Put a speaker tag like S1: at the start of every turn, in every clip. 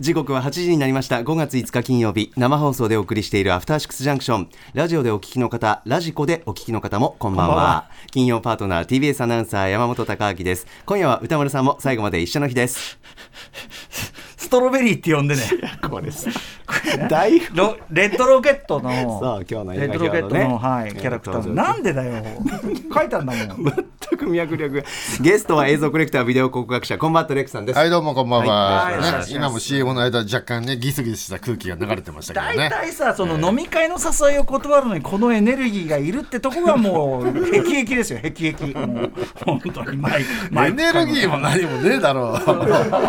S1: 時刻は8時になりました5月5日金曜日生放送でお送りしているアフターシックスジャンクションラジオでお聞きの方ラジコでお聞きの方もこんばんは
S2: こんばんは
S1: 金曜パートナー TBS アナウンサー山本貴明です今夜は歌丸さんも最後まで一緒の日です
S2: ストロベリーって呼ん でね。
S1: これです 大さ
S2: ロレッドロケットの。
S1: あ今日の
S2: レッドロケットの、はい、キャラクターの。なんでだよ。書いたん だもん。
S1: 全く脈略ゲストは映像コレクタービデオ広告学者コンバットレックさんです、
S3: はい、どうもこんばんは。
S2: はい
S3: ね
S2: はいお願いします
S3: 今も CM の間、若干ね、ギスギスした空気が流れてましたけ
S2: 大
S3: どね。
S2: 体さ、その飲み会の誘いを断るのに、このエネルギーがいるってとこがも う、へきへきですよ、へきへき。もう、本当に毎、
S3: エ
S2: 毎
S3: ネルギーも何もねえ だろう。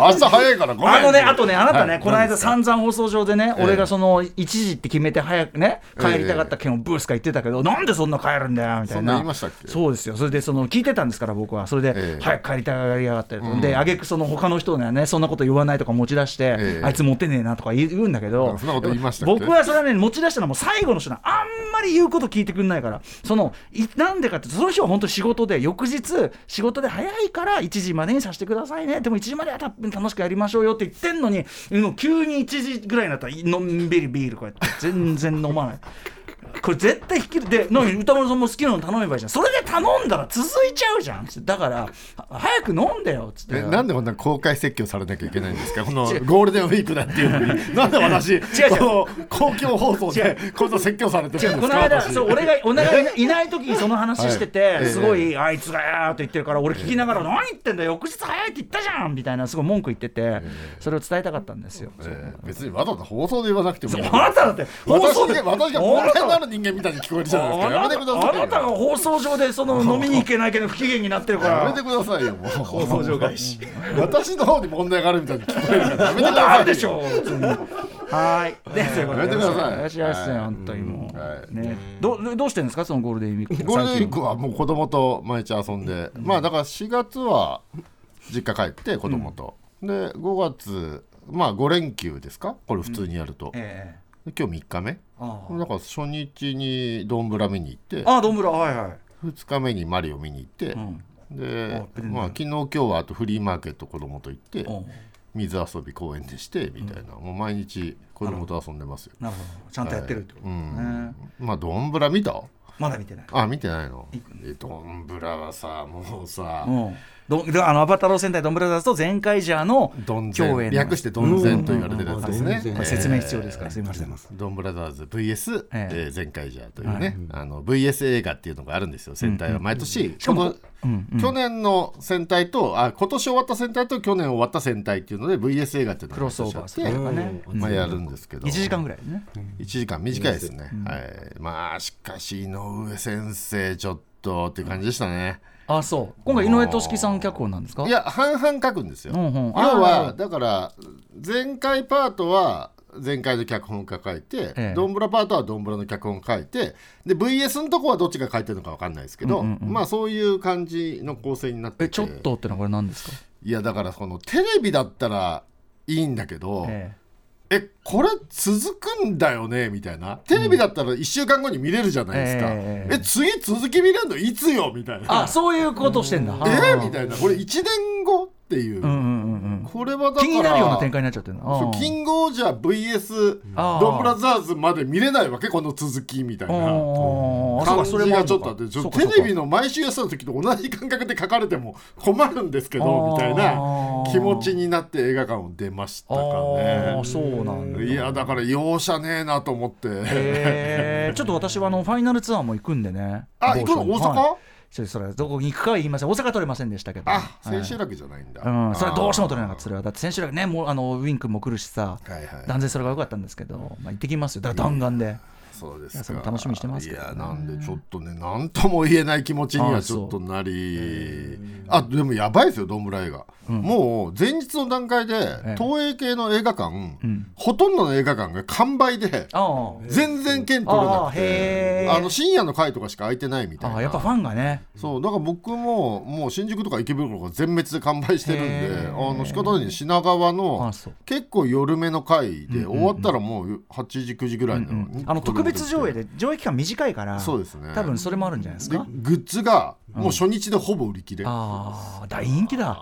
S3: 朝早いからごめん。
S2: あのね、あとね、あなたね、
S3: はい
S2: この
S3: 何
S2: 間
S3: ですか
S2: 散々放送上でね、
S3: ええ
S2: 俺がその一時って決めて早くね、帰りたかった件をブースカ言ってたけど、なんでそんな帰るんだよみたいな。
S3: そんな言いましたっけ
S2: そうですよ。それでその聞いてたんですから僕は。それで、
S3: ええ
S2: 早く帰りたがりやがって。で、あげくその他の人がね、そんなこと言わないとか持ち出して、
S3: ええ
S2: あいつ持ってねえなとか言うんだけど、
S3: そんなこと言いましたっけ
S2: 僕はそれはね、持ち出したのはもう最後の人なあんまり言うこと聞いてくんないから、その、いなんでかって、その人は本当仕事で、翌日、仕事で早いから1時までにさせてくださいね、でも1時まではた楽しくやりましょうよって言ってんのに、うん急に1時ぐらいになったら、のんびりビールこうやって、全然飲まない。これ絶対引きるでなに歌丸さんも好きなの頼めばいいじゃんそれで頼んだら続いちゃうじゃんつってだからは早く飲んでよっつって
S3: えなんでこんな公開説教されなきゃいけないんですかこのゴールデンウィークだっていうの に。なんで私、こ
S2: 違う
S3: の公共放送でこんな説教されてる んで
S2: こ
S3: す
S2: の
S3: か
S2: 間
S3: 私
S2: そう俺がお腹いない時にその話してて、
S3: はい
S2: すごい、あいつがやーって言ってるから俺聞きながら、何言ってんだよ翌日早いって言ったじゃんみたいなすごい文句言ってて、それを伝えたかったんですよ、
S3: えー別にわざわざ放送で言わなくてもいい。
S2: あなただって放
S3: 私
S2: 送で
S3: が私が問題のある人間みたいに聞こえるじゃないです
S2: あ
S3: か。やめ
S2: な
S3: て
S2: た
S3: くださいよ。
S2: あなたが放送上でその 飲みに行けないけど不機嫌になってるか
S3: やめ
S2: ら
S3: てくださいよ、もう。放
S1: 放送場外し
S3: 私の方に問題があるみたいに聞こえるからやめて
S2: もっ
S3: くだ
S2: と
S3: さい
S2: あ
S3: よ
S2: るでしょ普通に はいねそういうことで
S3: やめてください
S2: お願いします
S3: はい
S2: 本当にもう、
S3: はい
S2: ねどうどうしてるんですかそのゴールデンウィーク
S3: ゴールデンウィークはもう子供と毎日遊んで、まあだから4月は実家帰って子供と、で5月まあ5連休ですかこれ普通にやると、
S2: え
S3: で今日3日目
S2: えあ
S3: だから初日にドンブラ見に行って
S2: ああどんぶらはいはい
S3: 2日目にマリオ見に行って、
S2: んあ
S3: で
S2: プレゼント
S3: まあ昨日今日はあとフリーマーケット子供と行って
S2: うん
S3: 水遊び公園でしてみたいな、もう毎日子供と遊んでますよ、
S2: なるほどちゃんとやってるってこと
S3: う
S2: ね、
S3: ん、まあドンブラ見た
S2: まだ見てない
S3: あ見てないのえドンブラはさもうさ、
S2: うんどどあのアバタロー戦隊ドンブラザーズと全カイジャーの
S3: ドンゼ
S2: 共演
S3: ン略してドンゼンと言われてるやつです
S1: うんうん
S3: ね
S1: うんうん
S2: これ説明必要ですから、すみません
S3: ドンブラザーズ VS
S2: ええ
S3: えー全カイジャーというねあの VS 映画っていうのがあるんですよ戦隊は毎年
S2: かも
S3: この去年の戦隊とあ今年終わった戦隊と去年終わった戦隊っていうので VS 映画っていうの
S2: ク
S3: が
S2: ロスオーバーする
S3: 毎
S2: と
S3: 年
S2: かね、
S3: あってまあやるんですけど
S2: 1時間ぐらいね、
S3: 1時間短いですねはいまあしかし井上先生ちょっとっていう感じでしたね
S2: あそう今回井上俊樹さん脚本なんですか
S3: いや半々書くんですよ、
S2: うんうん
S3: 要
S2: あ
S3: は
S2: ー
S3: だから前回パートは前回の脚本家書いて、
S2: ええ
S3: ドンブラパートはドンブラの脚本書いてで VS のとこはどっちが書いてるのか分かんないですけど、まあそういう感じの構成になって
S2: え
S3: て
S2: ちょっとってのはこれ何ですか、
S3: いやだからこのテレビだったらいいんだけど、え
S2: え
S3: これ続くんだよねみたいなテレビだったら1週間後に見れるじゃないですか、
S2: え
S3: え
S2: え
S3: 次続き見れるのいつよみたい
S2: えあ
S3: な
S2: そういうことしてんだ
S3: え
S2: あー
S3: みたいなこれ1年後っていう。
S2: うんうんうん
S3: これ
S2: う
S3: はだ
S2: ん
S3: から
S2: 気になるような展開になっちゃってるの
S3: そうキングオージャー VS
S2: あー
S3: ドンブラザーズまで見れないわけこの続きみたいな感じがちょっとあってちょテレビ
S2: の
S3: の毎週やってた時と同じ感覚で書かれても困るんですけどみたいな気持ちになって映画館を出ましたか
S2: あ
S3: ね
S2: ーそうなんだ
S3: いやだから容赦ねえなと思って
S2: えーちょっと私はあのファイナルツアーも行くんでね。
S3: あ行くの
S2: 某所
S3: 大阪、
S2: はいちょっとそれどこに行くかは言いません。大阪は取れませんでしたけど。
S3: あ千
S2: はい
S3: 秋楽じゃないんだ、
S2: うん、それはどうしても取れなかった
S3: っ
S2: それはだって先週だけねもうあのウィン君も来るしさ、
S3: はいはい
S2: 断然それが良かったんですけど、まあ、行ってきますよだから弾丸で、
S3: そうで
S2: いや
S3: す
S2: それ
S3: か
S2: も楽しみにしてます
S3: い
S2: けどね
S3: やなんでちょっとね何とも言えない気持ちにはちょっとなりあでもやばいですよドンブラ映画、もう前日の段階で
S2: え
S3: 東映系の映画館、
S2: ん
S3: ほとんどの映画館が完売で
S2: ああ
S3: 全然券取れ
S2: あ
S3: な
S2: あ
S3: くて
S2: へえ
S3: あの深夜の回とかしか空いてないみたい
S2: あ
S3: な
S2: あやっぱファンがね
S3: そうだから僕ももう新宿とか池袋が全滅で完売してるん
S2: へ
S3: であ
S2: ー
S3: の仕方ないんで品川の
S2: あそう
S3: 結構夜目の回で終わったらもう8時9時ぐらいなのに
S2: あの特別上映で上映期間短いから
S3: そうですね
S2: 多分それもあるんじゃないです
S3: で
S2: か
S3: グッズがもう初日でほぼ売り切れ、う
S2: あ
S3: ん
S2: あ大人気だ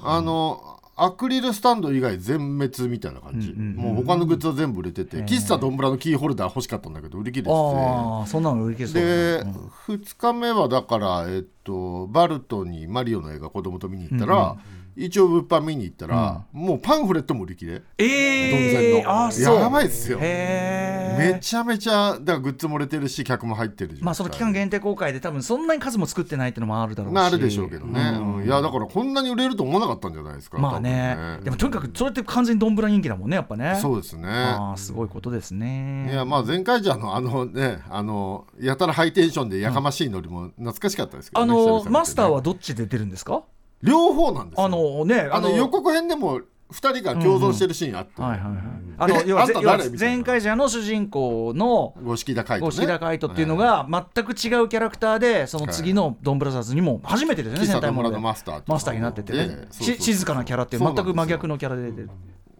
S3: あのアクリルスタンド以外全滅みたいな感じ、
S2: うんうんうん
S3: もう他のグッズは全部売れてて、
S2: へえ
S3: 喫茶どんぶらのキーホルダー欲しかったんだけど売り切れてて
S2: ああそんなの売り切れそう
S3: で、
S2: だね
S3: 2日目はだから、えっと、バルトにマリオの映画子供と見に行ったら、一応物販見に行ったら、もうパンフレットも売り切れ、
S2: ええ
S3: ど
S2: あ
S3: ん
S2: あ
S3: ずん
S2: そ
S3: の
S2: う
S3: やばいっすよ
S2: へえ
S3: めちゃめちゃだからグッズも売れてるし客も入ってる状態
S2: まあその期間限定公開で多分そんなに数も作ってないってのもあるだろうし、
S3: まああるでしょうけどね、うんいやだからこんなに売れると思わなかったんじゃないですか
S2: まあね
S3: 多分
S2: でもとにかくそれって完全にどんぶら人気だもんねやっぱね
S3: そうですね
S2: ああすごいことですね
S3: いやまあ前回じゃあのあのねあのやたらハイテンションでやかましいノリも懐かしかったですけど
S2: あ
S3: ね、久
S2: の
S3: 々に見てね
S2: マスターはどっちで出るんですか
S3: 両方なんですよ
S2: あのね
S3: あの予告編でも2人が共存してるシーンあって、
S2: はいはいはいあ
S3: え
S2: の要は
S3: あんた誰みたいな
S2: 前回者の主人公の
S3: 五色田海
S2: 五色田海斗
S3: 斗
S2: っていうの、が全く違うキャラクターでその次のドンブラザーズにも初めてですよね
S3: 喫茶
S2: 戦
S3: ド
S2: 隊
S3: ンブ
S2: も
S3: ラ
S2: の
S3: の
S2: で
S3: マスターと
S2: マスターになってて
S3: ええそうそう
S2: し静かなキャラっていう
S3: そうなん
S2: 全
S3: ですよ
S2: く真逆のキャラで出てる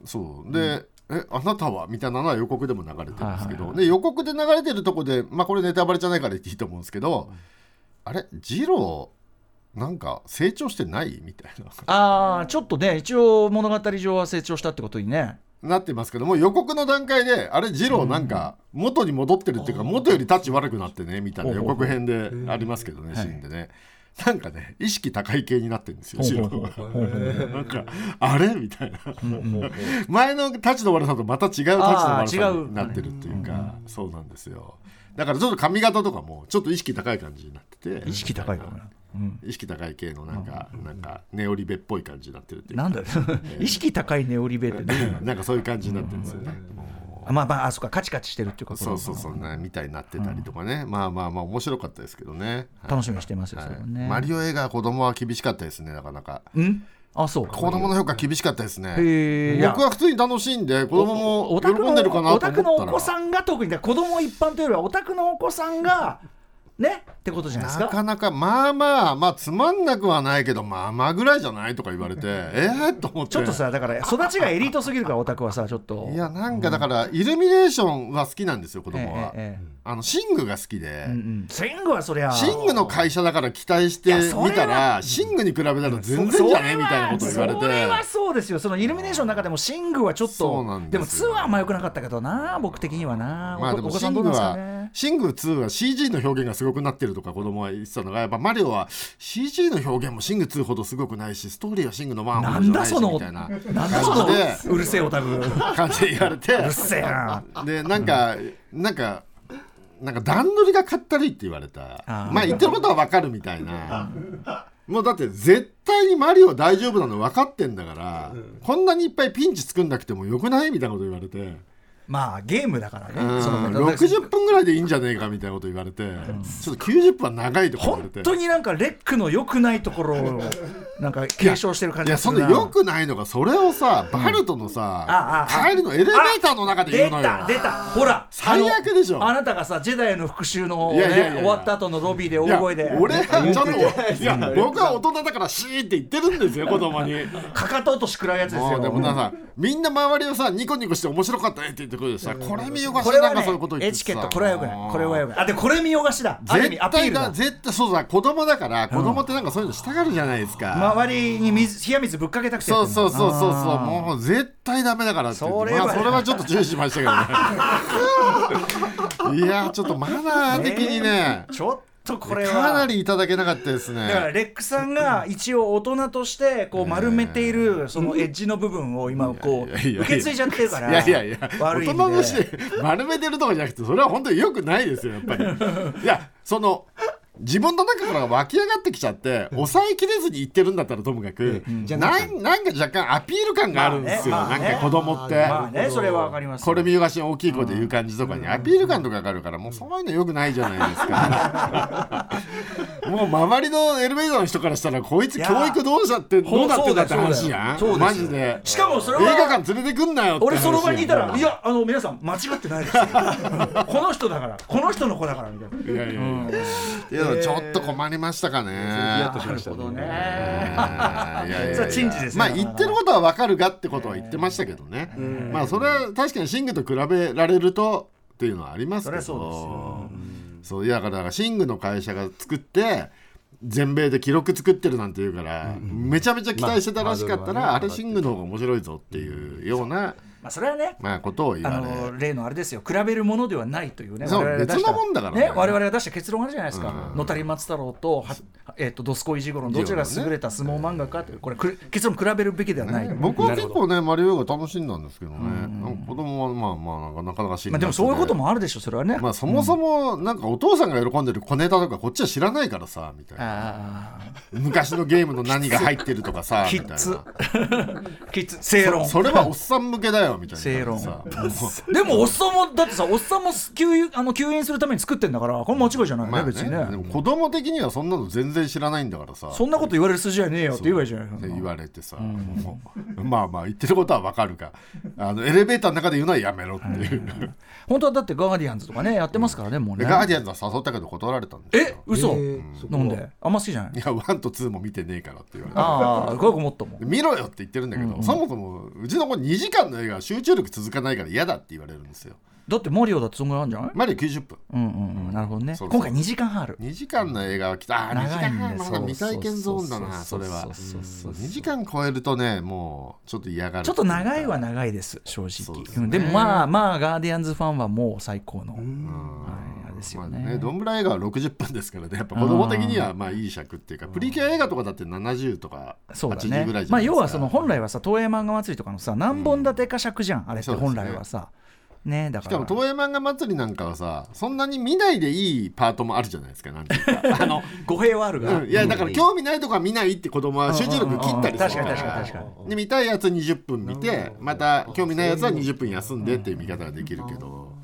S3: そうで、えあなたはみたいなのは予告でも流れてるんですけど、
S2: はいはい
S3: で予告で流れてるとこで、まあ、これネタバレじゃないから言っていいと思うんですけど、あれジローなんか成長してないみたいな
S2: ああちょっとね一応物語上は成長したってことにね
S3: なってますけども予告の段階であれジローなんか元に戻ってるっていうか、元よりタッチ悪くなってねみたいな予告編でありますけどね、シーンでね。なんかね意識高い系になってるんですよ、ジローが。なんかあれみたいな。前の立ちの悪さとまた違う立ちの悪さ
S2: あー違う
S3: になってるっていうかそうなんですよだからちょっと髪型とかもちょっと意識高い感じになってて
S2: 意識高いからな、うん、
S3: 意識高い系のなんか、なんかネオリベっぽい感じになってるっていうか
S2: なんだよ意識高いネオリベってね
S3: なんかそういう感じになってるんですよね、
S2: あまあまああそっかカチカチしてるっていうかこれ
S3: そ
S2: は
S3: うそうそうねみたいになってたりとかね、まあまあまあ面白かったですけどね、はい
S2: 楽しみにしてますよ、
S3: は
S2: それはいね
S3: マリオ映画は子供は厳しかったですねなかなか
S2: うんあそう
S3: 子供の評価厳しかったですね
S2: へー
S3: 僕は普通に楽しんで子供も喜んでるかなと思ったら
S2: お宅のお子さんが特にだから子供一般というよりはお宅のお子さんがねってことじゃないです
S3: な
S2: か
S3: かなかまあまあまあつまんなくはないけどまあまあぐらいじゃないとか言わ れてええと思って
S2: ちょっとさだから育ちがエリートすぎるからお宅はさちょっと
S3: いやなんかだから、イルミネーションは好きなんですよ子
S2: ええ
S3: 供は、
S2: ええ
S3: あのシングが好きで、
S2: ええうんうんスイングはそりゃ
S3: シングの会社だから期待してみたらシングに比べたら全然じゃねえみたいなこと言われて
S2: それはそうですよそのイルミネーションの中でもシングはちょっ
S3: そ
S2: と
S3: うなん
S2: で
S3: で
S2: も
S3: す
S2: ツ
S3: よ
S2: ーはあんま良くなかったけどな僕的にはな、
S3: まあ
S2: お
S3: でも
S2: お子
S3: シ
S2: さん
S3: ン
S2: どう
S3: グ
S2: なんですか
S3: は
S2: ね
S3: シング2は CG の表現がすごくなってるとか子供は言ってたのがやっぱマリオは CG の表現もシング2ほどすごくないしストーリーはシングの1
S2: な
S3: ほどじ
S2: ん
S3: ゃな
S2: だ
S3: いし
S2: その
S3: みたいな
S2: なんだその
S3: 感じ
S2: うるせえオタクうる
S3: 感じで言わ れて
S2: せえな
S3: でなんか、なんかなんか段取りがかったりって言われた
S2: あー
S3: まあ言ってることは分かるみたいなもうだって絶対にマリオ大丈夫なの分かってんだから、こんなにいっぱいピンチ作んなくてもよくないみたいなこと言われて、
S2: まあゲームだからね
S3: うん、
S2: その
S3: 60分ぐらいでいいんじゃねえかみたいなこと言われて、ちょっと90分は長いとか言われ
S2: 本
S3: て
S2: 当になんかレックの良くないところをなんか継承してる感
S3: い
S2: じ
S3: や
S2: が
S3: そ
S2: す
S3: の
S2: るな
S3: よくないのがそれをさバルトのさ、
S2: あああ
S3: 帰りのエレベーターの中で言
S2: 出
S3: うのよ
S2: た出たほら
S3: 最悪でしょ
S2: あのあなたがさジェダイの復讐のね
S3: いやいやいやいや
S2: 終わった後のロビーで
S3: いや
S2: 大声で
S3: 俺はちょっ
S4: 言ってない
S3: といや僕は大人だからシーって言ってるんですよ子供に
S2: かかと落とし食らうやつです
S3: も
S2: よ
S3: うでもなさみんな周りをさニコニコして面白かったねって言ってくるでさこれ見よがし
S2: これ
S3: な
S2: は
S3: んかそういうこと
S2: ね
S3: 言っ
S2: エ
S3: て
S2: チ
S3: さ
S2: ケットこれはよくないこれはよくないあでこれ見よがしだある意味ア
S3: 絶
S2: ピー
S3: 対
S2: ル
S3: だ
S2: だ
S3: 絶対そうだ子供だから子供ってなんかそういうのしたがるじゃないですか、
S2: 周りに水冷や水ぶっかけたくて
S3: そうそうそうそうそう
S2: あー
S3: もう絶対ダメだからって言って
S2: それは
S3: まあ、それはちょっと注意しましたけ どねいやーちょっとマナー的にね
S2: ちょっとこれは
S3: かなりいただけなかったですね
S2: だからレックさんが一応大人としてこう丸めているそのエッジの部分を今こう
S3: いやいやいや
S2: 受け継いじゃってるから
S3: いやいやいや、
S2: 悪
S3: 大
S2: い意
S3: 人
S2: 味で
S3: として丸めてるとかじゃなくて、それは本当に良くないですよ、やっ ぱり。いや、その、自分の中から湧き上がってきちゃって、抑えきれずに言ってるんだったらともかく、なんなんか若干アピール感があるんですよ、
S2: まあねまあね
S3: なんか子供って。
S2: まあねそれはわかります
S3: これ見よがしに大きい声で言う感じとかにアピール感とかがあるからもうそういうのよくないじゃないですかもう周りのエレベーターの人からしたらこいつ教育どうしちゃってどうなってんだって話じゃ
S4: そうだ
S3: んマ
S4: よそうだよ
S3: ジで
S2: しかもそれ
S3: 映画
S2: は
S3: 館連れてくんなよって話
S2: 俺その場にいたら「いやあの皆さん間違ってないですよこの人だからこの人の子だから」みたいない
S3: やいやいやいや、ちょっと困りましたかね。
S4: ヒヤッとし
S2: な
S4: ま
S2: る
S4: した
S2: ほ
S4: ね
S2: どね
S3: いやいやいや
S2: それは珍事ですね
S3: まあ言ってることは分かるがってことは言ってましたけどね、まあそれは確かにシングと比べられるとっていうのはありますけど
S2: そりゃそうですよ
S3: そういやだからシングの会社が作って全米で記録作ってるなんて言うから、めちゃめちゃ期待してたらしかったら、
S1: まあ
S3: あれシングの方が面白いぞっていうような、
S2: まあ、それはね、
S3: まあ、ことを言
S2: あ
S3: わ
S2: の
S3: れ
S2: 例のあれですよ比べるものではないというね
S3: そう
S2: 我々が出した
S3: 別のもんだから
S2: ね
S3: ね
S2: 我々が出した結論あるじゃないですか野谷松太郎とは、えっとどすこいじごろのどちらが優れた相撲漫画かというこれく結論比べるべきではない、
S3: 僕は結構ねマリオが楽しんだんですけどね、なんか子供はまあまあなんかなかなか知
S2: まあ、でもそういうこともあるでしょそれはね、
S3: まあそもそもなんかお父さんが喜んでる小ネタとかこっちは知らないからさみたいな
S2: あ
S3: 昔のゲームの何が入ってるとか さ
S2: あ
S3: み
S2: キ
S3: たい
S2: ッ
S3: な
S2: ズ
S3: そ
S2: キッズ正論
S3: それはおっさん向けだよみたいな
S2: 正論
S3: さ
S2: でもおっさんもだってさおっさんも休園あの休園するために作ってんだからこれ間違いじゃないよね、
S3: まあね
S2: 別にね
S3: でも子供的にはそんなの全然知らないんだからさ
S2: そんなこと言われる筋合いねえよって言えばいいじゃない
S3: って言われてさ、もうまあまあ言ってることはわかるがあのエレベーターの中で言うのはやめろっていう、
S2: 本当はだってガーディアンズとかねやってますからねもう
S3: で
S2: ね
S3: ガーディアンズは誘ったけど断られたんです
S2: え
S3: よ
S2: 嘘、
S4: そこ
S2: なんであんま好きじゃない
S3: いやワンとツーも見てねえからって言われて
S2: ああ、これごもっとも。
S3: 見ろよって言ってるんだけど、そもそもうちの子2時間の映画は集中力続かないから嫌だって言われるんですよ
S2: だってマリオだってそんぐらいあるんじゃない
S3: マリオ90分
S2: うんうんうん、なるほどね。
S3: そうそう
S2: 今回2時間半ある。
S3: 2時間の映画は来たあ2時
S2: 長い
S3: 間
S2: んだ
S3: 半まだ未体験ゾーンだな
S2: そ
S3: そ
S2: そ
S3: う
S2: う
S3: れ
S2: そう
S3: は
S2: そうそうそうそう
S3: 2時間超えるとねもうちょっと嫌がる
S2: ちょっと長いは
S3: ね
S2: 長いです、正直
S3: そう。です
S2: う
S3: ね
S2: んでもまあまあ、ガーディアンズファンはもう最高の。はい、あれです
S3: ま
S2: よ
S3: あ
S2: ね
S3: ね、。どんぶら映画は60分ですからねやっぱ子供的にはまあいい尺っていうかプリキュア映画とかだって70とか
S2: そうだ
S3: 80ぐら
S2: ね。
S3: いじゃ
S2: まあ、
S3: ないですか、
S2: 要はその本来はさ、東映漫画祭りとかのさ、何本立てか尺じゃん、あれって
S3: そうです
S2: 本
S3: ね
S2: 来はさ。ね、だ
S3: し
S2: か
S3: からも。東映漫画祭りなんかはさそんなに見ないでいいパートもあるじゃないですかなんていうかあの、
S2: 語弊はあるが。
S3: うんいやだから興味ないとこは見ないって子供は集中力切ったりす
S2: 確か
S3: る
S2: に確かに確かに。
S3: で見たいやつ20分見てまた興味ないやつは20分休んでっていう見方ができるけど。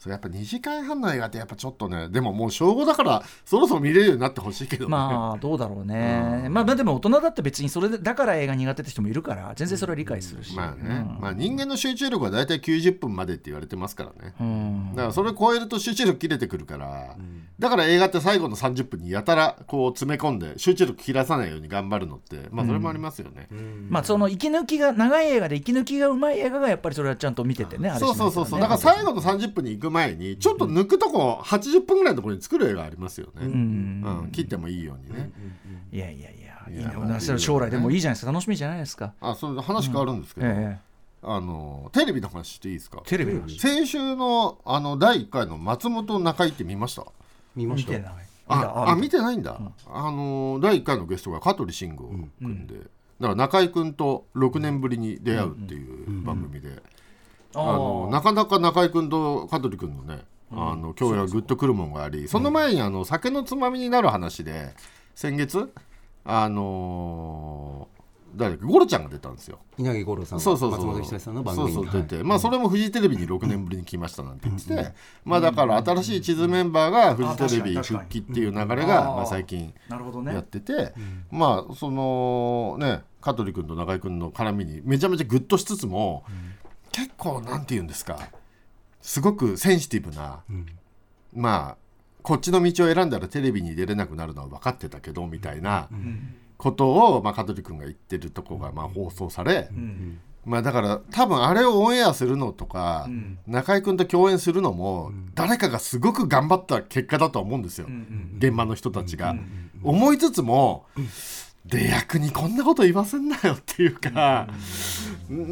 S3: そうやっぱ2時間半の映画ってやっぱちょっとねでももう正午だからそろそろ見れるようになってほしいけどね、
S2: まあどうだろうね、まあまあでも大人だって別にそれでだから映画苦手って人もいるから全然それは理解するし、
S3: まあね、まあ人間の集中力は大体90分までって言われてますからね、
S2: うん、
S3: だからそれを超えると集中力切れてくるから、だから映画って最後の30分にやたらこう詰め込んで集中力切らさないように頑張るのってまあそれもありますよね、
S2: まあその息抜きが長い映画で息抜きがうまい映画がやっぱりそれはちゃんと見ててねあれし
S3: そ
S2: な
S3: う
S2: い
S3: そうそうそう
S2: ね
S3: だから最後の30分に行く前にちょっと抜くとこ80分ぐらいのところに作る映画ありますよね、うん
S2: ん
S3: 切ってもいいようにね、
S2: いやいやいやいい
S3: いや
S2: なそれ将来でもいいじゃないですか楽しみじゃないですか、
S3: あそれで話変わるんですけど、
S2: ええ
S3: あのテレビの話していいですか
S2: テレビの話
S3: 先週のあの第1回の松本中井って見ました
S1: 見ま
S2: 見
S1: した
S2: て
S1: よ
S2: ない
S3: ああ見てないんだ、あの第1回のゲストが香取慎吾君で、だから中居君と6年ぶりに出会うっていう番組で、
S2: あ
S3: あのなかなか中居君と香取君のねあの共演はぐっとくるもんがありその前にあの酒のつまみになる話で先月あのー誰だっけゴロちゃんが出たんですよ。
S1: 稲毛五郎さん
S3: そうそうそう
S1: 松本人志さんの番組に
S3: そうそう出
S1: はい
S3: て、まあそれもフジテレビに6年ぶりに来ましたなんて言ってて、まあだから新しい地図メンバーがフジテレビ
S2: あ確かに確かに
S3: 復帰っていう流れ
S2: う
S3: が
S2: ん
S3: まあ最近
S2: なるほど
S3: や
S2: ね
S3: ってて、まあそのね香取君と中居君の絡みにめちゃめちゃグッとしつつも、結構なんて言うんですかすごくセンシティブな、まあこっちの道を選んだらテレビに出れなくなるのは分かってたけどみたいなことを、まあ、香取君が言ってるとこが、まあ、放送され、
S2: うん
S3: まあだから多分あれをオンエアするのとか、
S2: ん
S3: 中居君と共演するのも、誰かがすごく頑張った結果だとは思うんですよ、現場の人たちが、思いつつも、出役にこんなこと言わせんなよっていうか、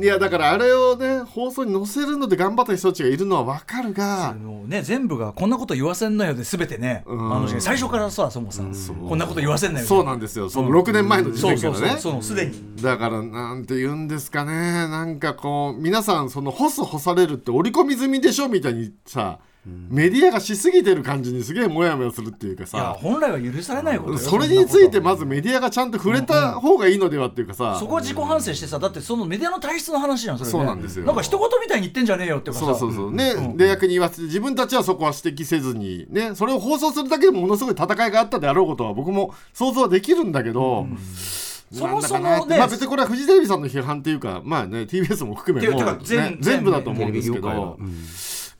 S3: いやだからあれをね放送に載せるので頑張った人たちがいるのは分かる
S2: あ
S3: が。
S2: のね、全部がこんなこと言わせんなよで全てね、
S3: うん
S2: あの時代最初からさそもさ、こんなこと言わせんなよ
S3: そうなんですよその6年前の時
S2: そう
S3: 点
S2: そ
S3: か
S2: う
S3: ら
S2: そう
S3: ね
S2: そのすでに
S3: だからなんて言うんですかねなんかこう皆さんその干す干されるって織り込み済みでしょみたいにさ、メディアがしすぎてる感じにすげえモヤモヤするっていう
S2: い
S3: か
S2: や
S3: さ
S2: 本来は許されないことよ
S3: それ
S2: んな
S3: に
S2: こ
S3: つ
S2: と
S3: いてまずメディアがちゃんと触れた方がいいのではっていうかさ、
S2: そこは自己反省してさだってそのメディアの体質の話じゃんそれ、ね、
S3: そうなんですよ
S2: なんか一言みたいに言ってんじゃねえよっていうかさ
S3: そうそうそうね、で役に言わせて自分たちはそこは指摘せずにねそれを放送するだけでもものすごい戦いがあったであろうことは僕も想像はできるんだけど、
S2: そもそもね
S3: なんだかなってまあ、別にこれはフジテレビさんの批判っていうかまあね TBS も含めもう、
S2: てかてか全
S3: ね全部だと
S1: テ
S3: 思う
S1: レ
S3: んで
S1: ビ
S3: すけ
S1: 業界は
S3: ど、
S1: うん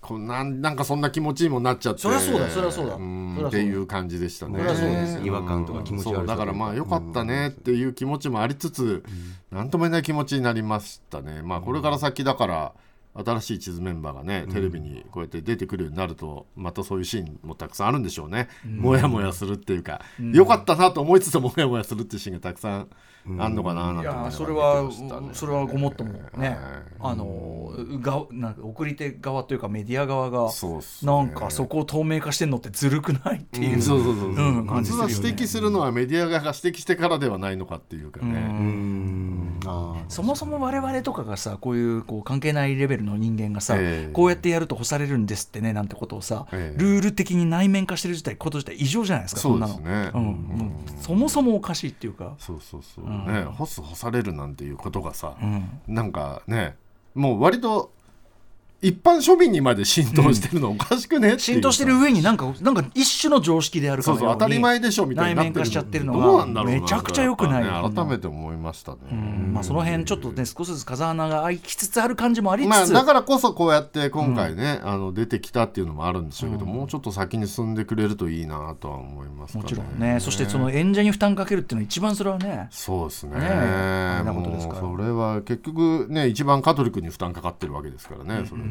S3: こんなんなんかそんな気持ちにもなっちゃって
S2: そりゃそうだそりゃそうだ
S3: ん
S2: そりゃそうだ
S3: っていう感じでしたね
S1: そりゃそうですよ
S3: ん
S1: 違和感とか気持ち悪さ
S3: そうだからまあよかったねっていう気持ちもありつつ何、なん、とも言えない気持ちになりましたねまあこれから先だから、新しい地図メンバーがねテレビにこうやって出てくるようになると、またそういうシーンもたくさんあるんでしょうね、もやもやするっていうか、よかったなと思いつつもやもやするっていうシーンがたくさんあるのかななん
S2: い
S3: て思いなが
S2: や
S3: ら
S2: それは
S3: 見てましたね
S2: それはごもっともねあのがなんか送り手側というかメディア側が
S3: そうっすね
S2: なんかそこを透明化してんのってずるくないっていう
S3: そうそうそうそう、
S2: うん感じするよね
S3: 本当は指摘するのはメディア側が指摘してからではないのかっていうかね、
S1: うんあ
S2: そもそも我々とかがさこういうこう関係ないレベルの人間がさ、
S3: ええ
S2: こうやってやると干されるんですってねなんてことをさ、
S3: ええ
S2: ルール的に内面化してる自体こと自体異常じゃないですか
S3: そうで
S2: んなの、
S3: すね
S2: うんもうそもそもおかしいっていうか、
S3: そうそうそう、
S2: ん
S3: ね干す干されるなんていうことがさ、
S2: うん
S3: なんかねもう割と一般庶民にまで浸透してるのおかしくねっていう
S2: 浸透してる上になんかなんか一種の常識であるか
S3: そう
S2: のように
S3: そう当たり前でしょみたいになって
S2: 内面化しちゃってるのが
S3: どうなんだろうな
S2: めちゃくちゃ良くない
S3: やっぱね改めて思いましたね、
S2: うんまあ、その辺ちょっとね少しずつ風穴が開きつつある感じもありつつ、
S3: まあ、だからこそこうやって今回ね、あの出てきたっていうのもあるんでしょうけど、もうちょっと先に進んでくれるといいなとは思いますか
S2: も
S3: ね。
S2: ちろんねそしてその演者に負担かけるっていうのは一番それはね
S3: そうです
S2: ね
S3: ね
S2: え大変なこと
S3: も
S2: で
S3: う
S2: すから
S3: それは結局ね一番カトリックに負担かかってるわけですからね、それね。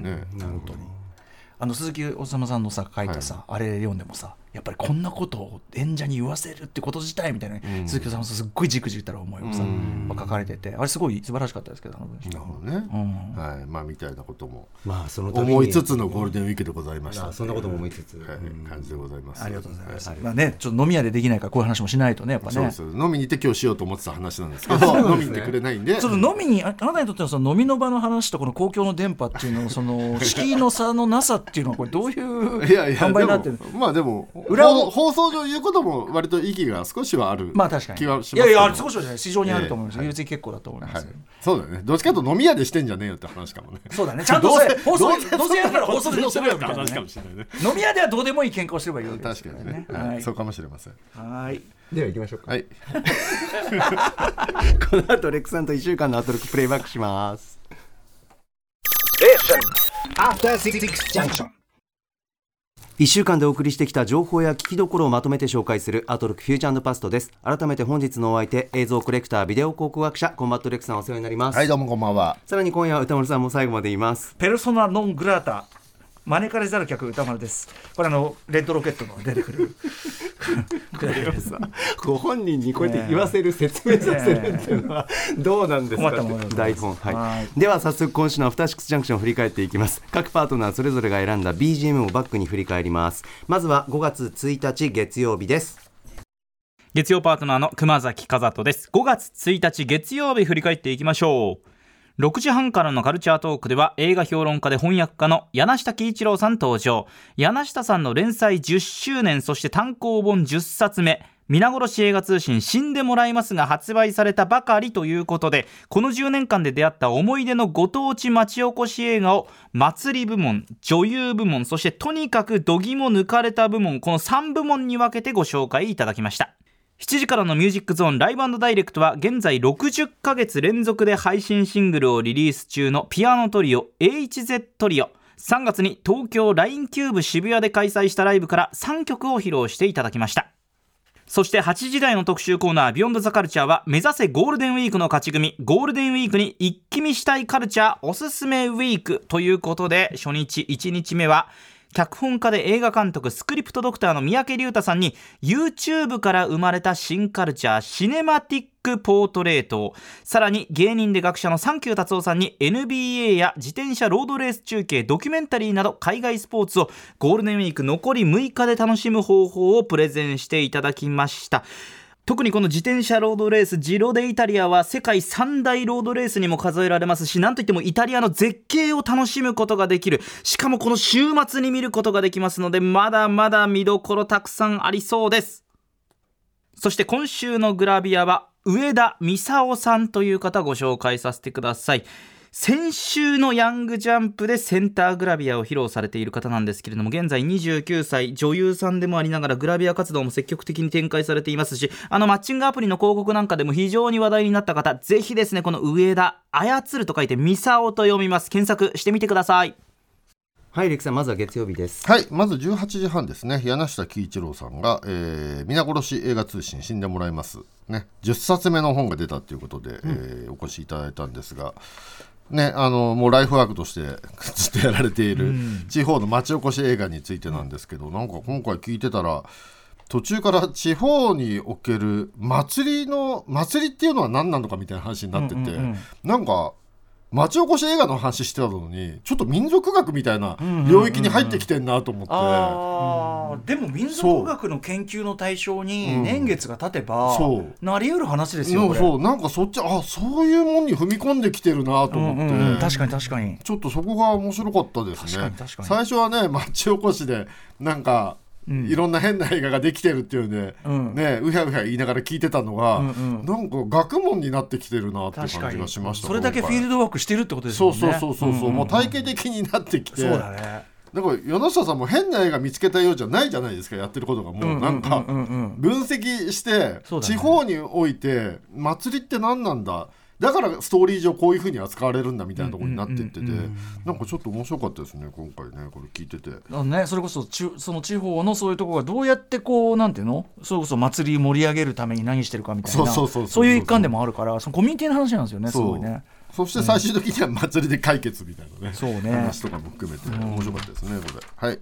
S2: あの鈴木おさまさんのさ書いたさ、あれ読んでもさやっぱりこんなことを演者に言わせるってこと自体みたいな、鈴木おさまさんすっごいじくじくたる思いをさ、まあ書かれててあれすごい素晴らしかったですけどあの文章
S3: なるほどね、
S2: うん
S3: はいまあみたいなことも
S1: まあその度に
S3: 思いつつのゴールデンウィークでございました
S1: あそんなことも思いつつ、
S3: はい
S1: うん
S3: 感じでございます
S2: ありがとうございます、
S1: はい
S2: まあねちょっと飲み屋でできないからこういう話もしないとねやっぱ
S3: そう
S2: ね
S3: ですよ飲みに行って今日しようと思ってた話なんですけど飲みに行ってくれないんで
S2: その飲みにああなたにとってのその飲みの場の話とこの公共の電波っていうのそ の敷居の差のなさっていうのはこれどういう
S3: いやいや
S2: 販売になってる
S3: でもまあでも
S2: 裏を
S3: 放放送上言うことも割と意義が少しはある
S2: まあ確かに
S3: 気はします
S2: いやいや少
S3: し
S2: しはじゃない市場にあると思います、
S3: ええはい
S2: 別に結構だと思います、
S3: そうだよねどっちかというと飲み屋でしてんじゃねえよって話かもね
S2: そうだねちゃんとそれ
S3: どうせ
S2: 放送
S3: どうせ
S2: どうせやるから放送で載せろよみ
S3: って
S2: たいな、
S3: 話か
S2: ね
S3: も、しれないね
S2: 飲み屋ではどうでもいい喧嘩をすればいいわけです
S3: 確
S2: か
S3: からにね、
S2: は
S3: はいい、そうかもしれません
S2: はい
S1: では行きましょうか
S3: はい
S1: この後レックさんと1週間のアトロックプレイバックします1週間でお送りしてきた情報や聞きどころをまとめて紹介するアトロックフューチャーパストです改めて本日のお相手映像コレクタービデオ考古学者コンバットレックさんお世話になります、
S3: どうもこんばんは
S1: さらに今夜は歌丸さんも最後までいます
S2: ペルソナノングラータ招かれざる客歌丸ですこれあのレッドロケットの出てくる
S1: ご本人にこうやって言わせる、説明させるっていうのはどうなんです
S2: 困
S1: か
S2: ったものでござ
S1: 台
S2: います
S1: 本はい、
S2: はい
S1: では早速今週のアフターシックスジャンクションを振り返っていきます各パートナーそれぞれが選んだ BGM をバックに振り返りますまずは5月1日月曜日です
S4: 月曜パートナーの熊崎和人です5月1日月曜日振り返っていきましょう6時半からのカルチャートークでは映画評論家で翻訳家の柳下喜一郎さん登場柳下さんの連載10周年そして単行本10冊目皆殺し映画通信死んでもらいますが発売されたばかりということでこの10年間で出会った思い出のご当地町おこし映画を祭り部門女優部門そしてとにかく度肝抜かれた部門この3部門に分けてご紹介いただきました7時からのミュージックゾーンライブダイレクトは現在60ヶ月連続で配信シングルをリリース中のピアノトリオ HZ トリオ3月に東京 LINE キューブ渋谷で開催したライブから3曲を披露していただきましたそして8時台の特集コーナー「ビヨンドザカルチャーは目指せゴールデンウィークの勝ち組ゴールデンウィークに一気見したいカルチャーおすすめウィークということで初日1日目は脚本家で映画監督スクリプトドクターの三宅龍太さんに YouTube から生まれた新カルチャーシネマティックポートレートをさらに芸人で学者のサンキュー達夫さんに NBA や自転車ロードレース中継ドキュメンタリーなど海外スポーツをゴールデンウィーク残り6日で楽しむ方法をプレゼンしていただきました特にこの自転車ロードレースジロデイタリアは世界三大ロードレースにも数えられますしなんといってもイタリアの絶景を楽しむことができるしかもこの週末に見ることができますのでまだまだ見どころたくさんありそうですそして今週のグラビアは上田美沙さんという方をご紹介させてください先週のヤングジャンプでセンターグラビアを披露されている方なんですけれども現在29歳女優さんでもありながらグラビア活動も積極的に展開されていますしあのマッチングアプリの広告なんかでも非常に話題になった方ぜひですねこの上田操ると書いてミサオと読みます検索してみてください
S1: はいレックさんまずは月曜日です
S3: はいまず18時半ですね柳下喜一郎さんが、えー皆殺し映画通信死んでもらいます」ね10冊目の本が出たということで、えーお越しいただいたんですがね、あのもうライフワークとして ずっとやられている地方の町おこし映画についてなんですけど、なんか今回聞いてたら途中から地方における祭りの祭りっていうのは何なのかみたいな話になってて、
S2: うんうんうん
S3: なんか町おこし映画の話してたのにちょっと民族学みたいな領域に入ってきてんなと思って。
S2: あーでも民族学の研究の対象に年月が経てば
S3: そう
S2: なり得る話です
S3: で
S2: よ
S3: も
S2: これ
S3: そうなんかそっちあそういうもんに踏み込んできてるなと思って、
S2: うんうんうん確かに確かに
S3: ちょっとそこが面白かったですね。
S2: 確かに確かに
S3: 最初はね、町おこしで、なんか、
S2: うん
S3: いろんな変な映画ができてるっていうんで、
S2: うん
S3: ね、うひゃうひゃ言いながら聞いてたのが、
S2: うんうん
S3: なんか学問になってきてるなっていう
S2: 確
S3: 感
S2: か
S3: じが
S2: に
S3: しました。
S2: それだけフィール
S3: ド
S2: ドワークしてるってことです
S3: そ
S2: も
S3: うん
S2: ね
S3: そうそうそうそう、
S2: んん
S3: もう体系的になってきて、
S2: そうだね
S3: だから柳下さんも変な映画見つけたようじゃないじゃないですかやってることがもう、なんか、
S2: うんうんうん
S3: 分析して、
S2: そうだね
S3: 地方において祭りって何なんだだからストーリー上こういうふうに扱われるんだみたいなところになっていってて、
S2: うんうんうんう
S3: なんかちょっと面白かったですね今回ねこれ聞いてて。
S2: あのね、それこそちその地方のそういうところがどうやってこうなんていうのそれこそ祭り盛り上げるために何してるかみたいな
S3: そうそうそうそう
S2: いう一環でもあるからそのコミュニティの話なんですよねすごいね。
S3: そして最終的には祭りで解決みたいなね,、
S2: そうね
S3: 話とかも含めて面白かったですね、これ。はい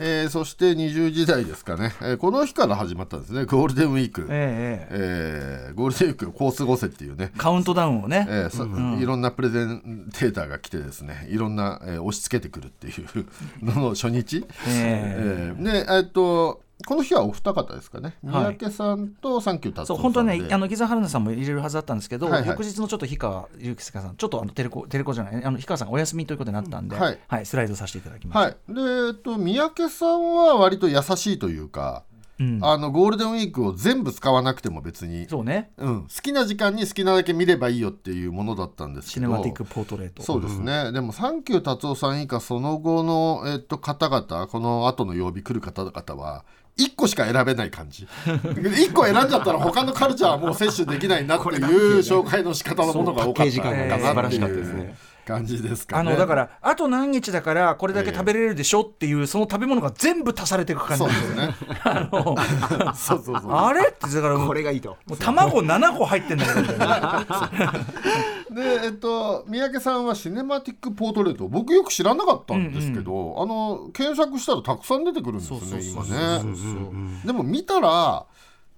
S3: えーそして20時台ですかね、えーこの日から始まったんですねゴールデンウィーク、え
S2: えええ
S3: ーゴールデンウィークをこう過ごせっていうね
S2: えカウントダウンをね、
S3: えーさいろんなプレゼンテーターが来てですねいろんな、えー押し付けてくるっていうのの初日、
S2: え
S3: えーで、えーっとこの日はお二方ですかね
S2: はい
S3: 三宅さんとサンキュー達
S2: そう
S3: 夫
S2: 本当
S3: さ
S2: は
S3: んで、
S2: ね、あの木澤春菜さんも入れるはずだったんですけど、
S3: はいはい
S2: 翌日のちょっと氷川ゆきすかさん、ちょっとあのテレコテレコじゃない、あの氷川さんお休みということになったんで、
S3: うんはい
S2: スライドさせていただきます。
S3: はい、で、えーっと三宅さんは割と優しいというか、
S2: うん
S3: あのゴールデンウィークを全部使わなくても別に
S2: そうね、
S3: うん、好きな時間に好きなだけ見ればいいよっていうものだったんです
S2: シ
S3: け
S2: ネ
S3: ど
S2: マティックポートレート。
S3: そうですね、でもサンキュー達夫さん以下その後の、えっと、方々この後の曜日来る方々は1個しか選べない感じ 1個選んじゃったら他のカルチャーはもう摂取できないなっていう紹介の仕方のものが多かった
S1: そうパッケージ
S3: の
S1: 感が
S3: かなっ
S1: 素
S3: て
S1: 晴らしかったです
S3: い
S1: ね
S3: う感じですか
S2: あ
S3: ね。
S2: のだからあと何日だからこれだけ食べれるでしょっていう、その食べ物が全部足されていく感じ
S3: そうです ね
S2: あの
S3: そうそうそう
S2: あれってだからも
S1: こ
S2: う
S1: れがいいと
S2: 卵7個入ってんだけどみたい な
S3: でえっと三宅さんはシネマティックポートレート僕よく知らなかったんですけど、あの検索したらたくさん出てくるんですよ
S2: そうそう
S3: ね
S2: そう
S3: 今
S2: そう
S3: ねでも見たら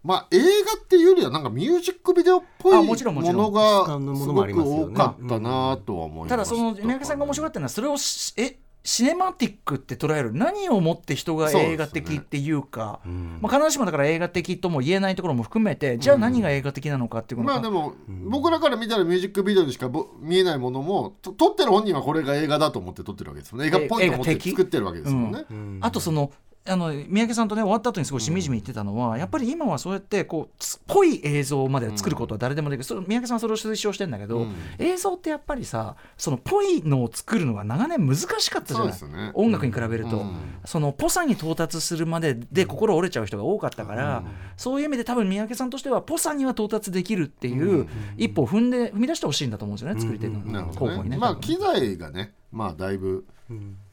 S3: まあ映画っていうよりはなんかミュージックビデオっぽ
S2: あ
S3: い
S2: も
S3: も
S2: ちろんもちろん
S3: のが
S1: 質感のも
S3: す
S1: のも
S3: ご
S1: ありますよ
S3: く多
S1: ね
S3: かったなとは思いました
S2: ただその三宅さんが面白かったのはそれをしえシネマティックって捉える何をもって人が映画
S3: そう
S2: 的
S3: です
S2: っ
S3: ね
S2: ていうかまあ、必ずしもだから映画的とも言えないところも含めてじゃあ何が映画的なのかっていうこと
S3: まあ
S2: が
S3: でも、僕らから見たらミュージックビデオにしかぼ見えないものもと撮ってる本人はこれが映画だと思って撮ってるわけですもんね映画っぽいと思っ
S2: え映画
S3: て
S2: 的
S3: 作ってるわけですもんね、
S2: あとそのあの三宅さんとね終わった後にすごいしみじみ言ってたのは、やっぱり今はそうやってこうつっぽい映像まで作ることは誰でもできる、それ三宅さんはそれを推奨してんだけど、
S3: うん
S2: 映像ってやっぱりさそのぽいのを作るのが長年難しかったじゃない
S3: そうですね
S2: 音楽に比べると、
S3: うん
S2: そのぽさに到達するまでで心折れちゃう人が多かったから、そういう意味で多分三宅さんとしてはぽさには到達できるっていう一歩を踏んで踏み出してほしいんだと思うんですよね作り手の
S3: なるほ
S2: 候補
S3: どね
S2: にね。
S3: まあ
S2: 多分ね
S3: 機材がねまあだいぶ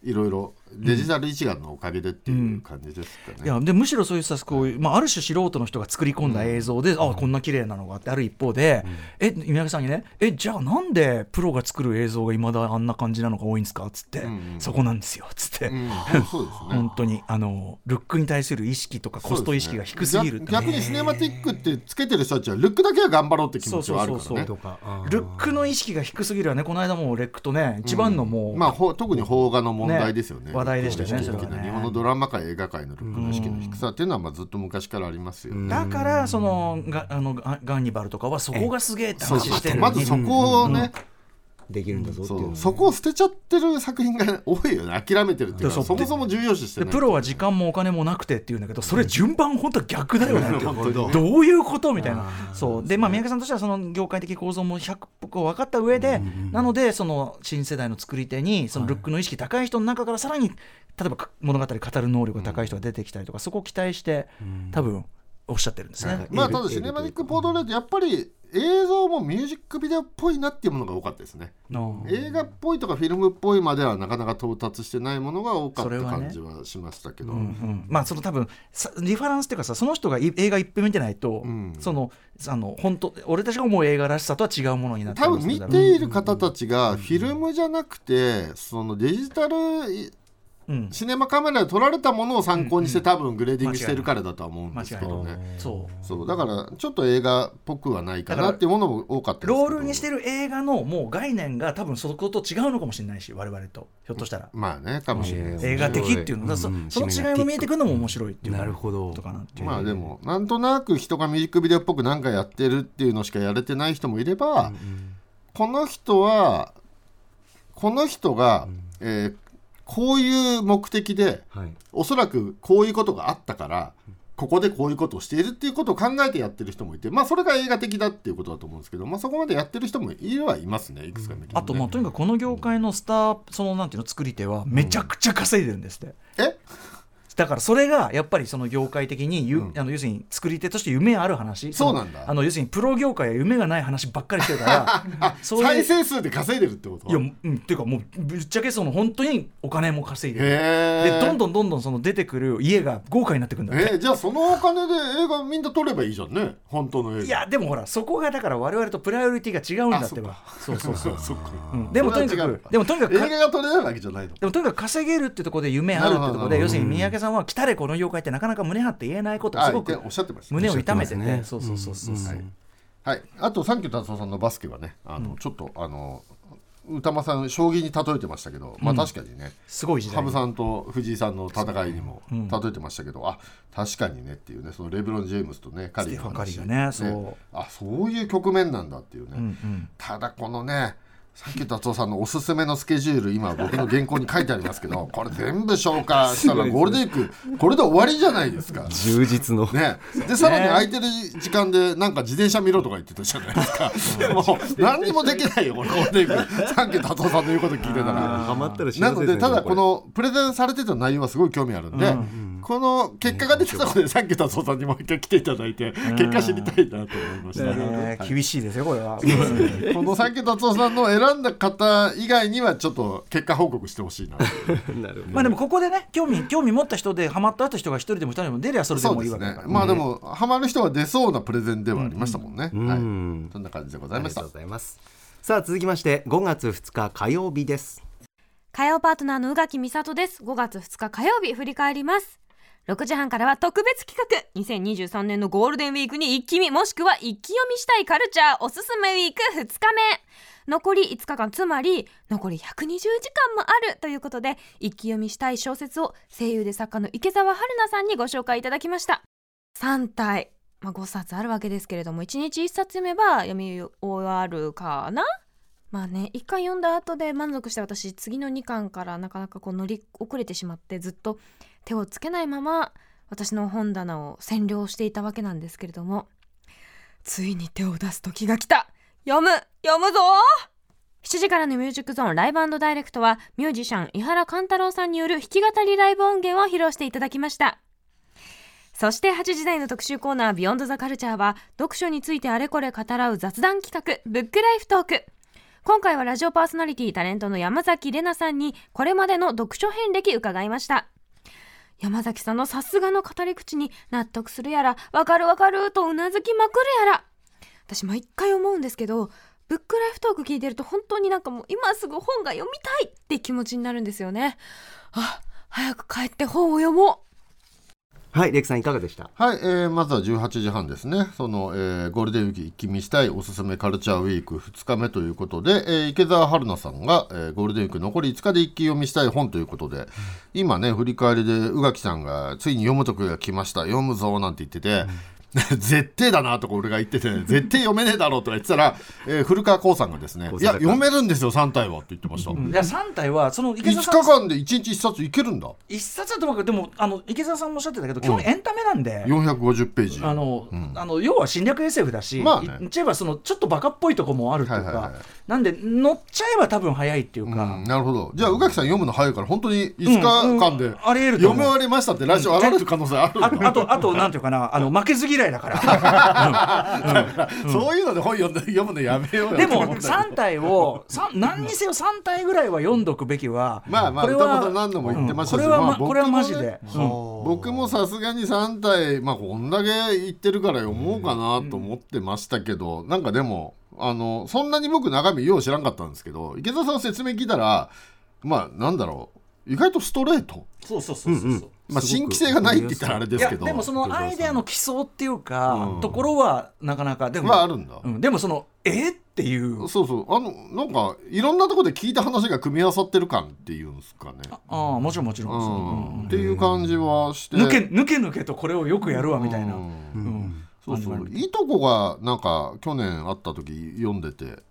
S3: いろいろデジタル一眼のおかげでっていう感じですかね、
S2: いやでむしろそういうさこういう、まあ、ある種素人の人が作り込んだ映像で、あこんな綺麗なのがあってある一方で、え宮城さんにねえじゃあなんでプロが作る映像がいまだあんな感じなのが多いんですかっつって、
S3: んうん
S2: そこなんですよっつって、
S3: うんそうですね
S2: 本当にあのルックに対する意識とかコスト意識が低すぎるってね
S3: 逆逆にシネマティックってつけてる人たちはルックだけは頑張ろうって気持ちはあるからね
S2: そうそうそ
S1: とかあー
S2: ルックの意識が低すぎるはねこの間もレックとね一番のもう、
S3: まあ、ほ特に邦画の問題ですよね
S2: ね話題でしたよね
S3: ルックの意識
S2: それはね
S3: 日本のドラマ界映画界のルックの意識の低さっていうのはまあずっと昔からありますよ、
S2: だからそのがあのガガンニバルとかはそこがすげえって
S3: そう
S2: 話
S3: そう
S2: してるの
S3: ま
S2: に
S3: ずそこをね、
S1: できるんだぞってい
S3: そううそこを捨てちゃってる作品が多いよね諦めてるっていう
S2: そ
S3: か
S2: う
S3: そもそも重要視して
S2: で
S3: ない
S2: プロは時間もお金もなくてって言うんだけどそれ順番本当は逆だよねって
S1: なるほど
S2: どういうことみたいなそうでまあ三宅さんとしてはその業界的構造も100個分かった上でなのでその新世代の作り手にそのルックの意識高い人の中からさらに例えばか物語語る能力が高い人が出てきたりとかそこを期待して多分おっしゃってるんですね。
S3: まあただシネマティックポートレートやっぱり映像もミュージックビデオっぽいなっていうものが多かったですね映画っぽいとかフィルムっぽいまではなかなか到達してないものが多かった感じはしましたけど、
S2: うんうんまあその多分さリファランスっていうかさその人がい映画一遍見てないと、
S3: うん
S2: そのあの本当俺たちが思う映画らしさとは違うものになって
S3: 多
S2: ます
S3: 分見ている方たちがフィルムじゃなくてそのデジタル
S2: うん、
S3: シネマカメラで撮られたものを参考にして多分グレーディングしてるからだとは思うんですけど
S2: 間
S3: ね
S2: そう
S3: そうだからちょっと映画っぽくはないかなっていうものも多かったですけ
S2: ロ
S3: ど
S2: ールにしてる映画のもう概念が多分そこと違うのかもしれないし我々とひょっとしたら、
S3: まあね多分
S1: うん
S2: 映画的っていうのが、そ
S1: うんうん
S2: その違いも見えてくるのも面白いっていう
S1: なるほど
S2: ことかなっていう
S3: まあでもなんとなく人がミュージックビデオっぽく何かやってるっていうのしかやれてない人もいれば、この人はこの人が、えーこういう目的で
S1: はい
S3: おそらくこういうことがあったからここでこういうことをしているっていうことを考えてやってる人もいてまあそれが映画的だっていうことだと思うんですけど、まあ、そこまでやってる人もいるはいますねいくつか見る
S2: あとまあとにかくこの業界のスターそのなんていうの作り手はめちゃくちゃ稼いでるんですって。
S3: え
S2: だからそれがやっぱりその業界的に、ゆ
S3: うん
S2: あの要するに作り手として夢ある話
S3: そうなんだ
S2: そのあの要するにプロ業界は夢がない話ばっかりしてるから そういう
S3: 再生数で稼いでるってこと
S2: いや、うん、っていうかもうぶっちゃけその本当にお金も稼いでる
S3: へ
S2: で
S3: え
S2: どんどんどんどんその出てくる家が豪華になってくるんだって
S3: えーじゃあそのお金で映画みんな撮ればいいじゃんね本当の映画
S2: いやでもほらそこがだから我々とプライオリティが違うんだってばそうそうそう、
S3: そっか
S2: うん、でもとに
S3: それ
S2: か
S3: は違う
S2: くでもとにか
S3: 映
S2: く
S3: 画
S2: か
S3: が撮れないわけじゃないの
S2: でもとにかく稼げるってところで夢あるってところ
S3: なるほどな
S2: で
S3: るほど
S2: 要するに三宅さんは来たれこの業界ってなかなか胸張って言えないことを
S3: あ
S2: すご
S3: 言
S2: く
S3: っておっしゃってました
S2: 胸を痛めて
S1: おっしゃってま
S2: て
S1: すね
S2: そうそうそうそう、
S3: はい、はい、あとサンキュー達夫さんのバスケはねあの、ちょっとあの歌間さん将棋に例えてましたけどまあ確かにね、
S2: すごい時代
S3: 羽生さんと藤井さんの戦いにも例えてましたけど、あ確かにねっていうねそのレブロン・ジェームスとねカリーの
S2: ス
S3: 話
S2: テファンカリーがねそう
S3: あそういう局面なんだっていうね、
S2: うん
S3: ただこのねさっき達夫さんのおすすめのスケジュール今僕の原稿に書いてありますけ どこれ全部消化したらゴールデンウィークこれで終わりじゃないですか。
S1: 充実の
S3: ね、でさらに空いてる時間でなんか自転車見ろとか言ってたじゃないですかもう何にもできないよこれゴールデンウィークさっき達夫さんの言うこと聞いてたら
S1: ハマったら幸せ
S3: なの
S1: す
S3: で
S1: ね
S3: ただこ
S1: れ
S3: のプレゼンされてた内容はすごい興味あるんで、この結果が出てたのでさっき達夫さんにもう一回来ていただいて結果知りたいなと思いました。
S2: ね厳しいですよこれは
S3: このさっき達夫さんの選んだ方以外 にはちょっと結果報告してほしいな
S1: なるほど
S2: まあでもここでね興味興味持った人でハマった人が一人でも二人でも出りゃそれで
S3: そう
S2: もいい
S3: です
S2: わけだ
S3: ね
S2: から、
S3: まあでもハマる人は出そうなプレゼンではありましたもんね、
S1: ん
S3: はい
S1: うん
S3: そんな感じでござ
S1: あ
S3: い
S1: りが
S3: まし
S1: と
S3: た
S1: うございますさあ続きまして5月2日火曜日です
S5: 火曜パートナーの宇垣美里です5月2日火曜日振り返ります6時半からは特別企画2023年のゴールデンウィークに一気見もしくは一気読みしたいカルチャーおすすめウィーク2日目残り5日間つまり残り120時間もあるということで一気読みしたい小説を声優で作家の池澤春菜さんにご紹介いただきました3体、まあ、5冊あるわけですけれども1日1冊読めば読み終わるかなまあね1巻読んだ後で満足した私次の2巻からなかなかこう乗り遅れてしまってずっと手をつけないまま私の本棚を占領していたわけなんですけれどもついに手を出す時が来た読む読むぞ7時からのミュージックゾーンライブダイレクトはミュージシャン井原貫太郎さんによる弾き語りライブ音源を披露していただきましたそして8時台の特集コーナー「ビヨンドザカルチャーは読書についてあれこれ語らう雑談企画「ブックライフトーク」今回はラジオパーソナリティタレントの山崎怜奈さんにこれまでの読書遍歴伺いました山崎さんのさすがの語り口に納得するやらわかるわかるとうなずきまくるやら私毎回思うんですけどブックライフトーク聞いてると本当になんかもう今すぐ本が読みたいって気持ちになるんですよねあ早く帰って本を読もう
S1: はいレクさんいかがでした
S3: はい、えーまずは18時半ですね、その、えーゴールデンウィーク一気見したいおすすめカルチャーウィーク2日目ということで、えー池澤春菜さんが、えーゴールデンウィーク残り5日で一気読みしたい本ということで、今ね、振り返りで宇垣さんがついに読む時が来ました、読むぞなんて言ってて、 絶対だなとか俺が言ってて、絶対読めねえだろうとか言ってたら、えー古川光さんがですね、いや、読めるんですよ、3体はって言ってました。
S2: い
S3: 5
S2: や3体はその池
S3: 日
S2: 澤さん
S3: 間で1日1冊いけるんだ、
S2: 一冊だと思うけどでもあの池澤さんもおっしゃってたけど基本エンタメなんで、
S3: 450ページ。
S2: あの、あの要は侵略 SF だし、
S3: まあね
S2: 言っちゃえばそのちょっとバカっぽいとこもあるというか、
S3: はいはいはい
S2: なんで乗っちゃえば多分早いっていうか、
S3: うんなるほどじゃあ宇垣さん読むの早いから本当に5日間で
S2: ありえると
S3: 読
S2: 思
S3: み終
S2: う
S3: わりましたって来週現れる可能性あるんだ
S2: ああとあとなんていうかなあの負けず嫌嫌いだから。うんうん
S3: そういうので本読んで読むのやめよう よ
S2: で
S3: と
S2: も
S3: 思った
S2: 3体を三何にせよ3体ぐらいは読んどくべきは、
S3: まあまあ
S2: これは
S3: 歌本何度も言ってました
S2: こ
S3: し
S2: れは、ま
S3: まあ僕もね
S2: これはマジで、うん
S3: 僕もさすがに3体まあこんだけ言ってるから読もうかなと思ってましたけど、なんかでもあのそんなに僕中身よう知らんかったんですけど池田さんの説明聞いたらまあなんだろう意外とストレート、
S6: そうそうそうそうそう。
S3: ま
S1: すごく
S3: あ、新規性がないって言ったらあれで
S2: い
S3: す
S2: や
S3: けど
S2: でもそのアイデアの基礎っていうか、
S3: うん
S2: ところはなかなか でも、
S3: はあるんだ、
S2: うんでもそのえっていう
S3: そうそうあのなんかいろんなところで聞いた話が組み合わさってる感っていうんですかね、
S2: ああもちろんもちろ、
S3: うんん、っ
S2: そ
S3: ていう感じはして
S2: ううん抜け抜け抜けとこれをよくやるわみたいな、
S3: う
S2: うん
S3: んそう
S2: 感じ
S3: そ
S2: もあ
S3: う
S2: る
S3: いいとこがなんか去年会った時読んでて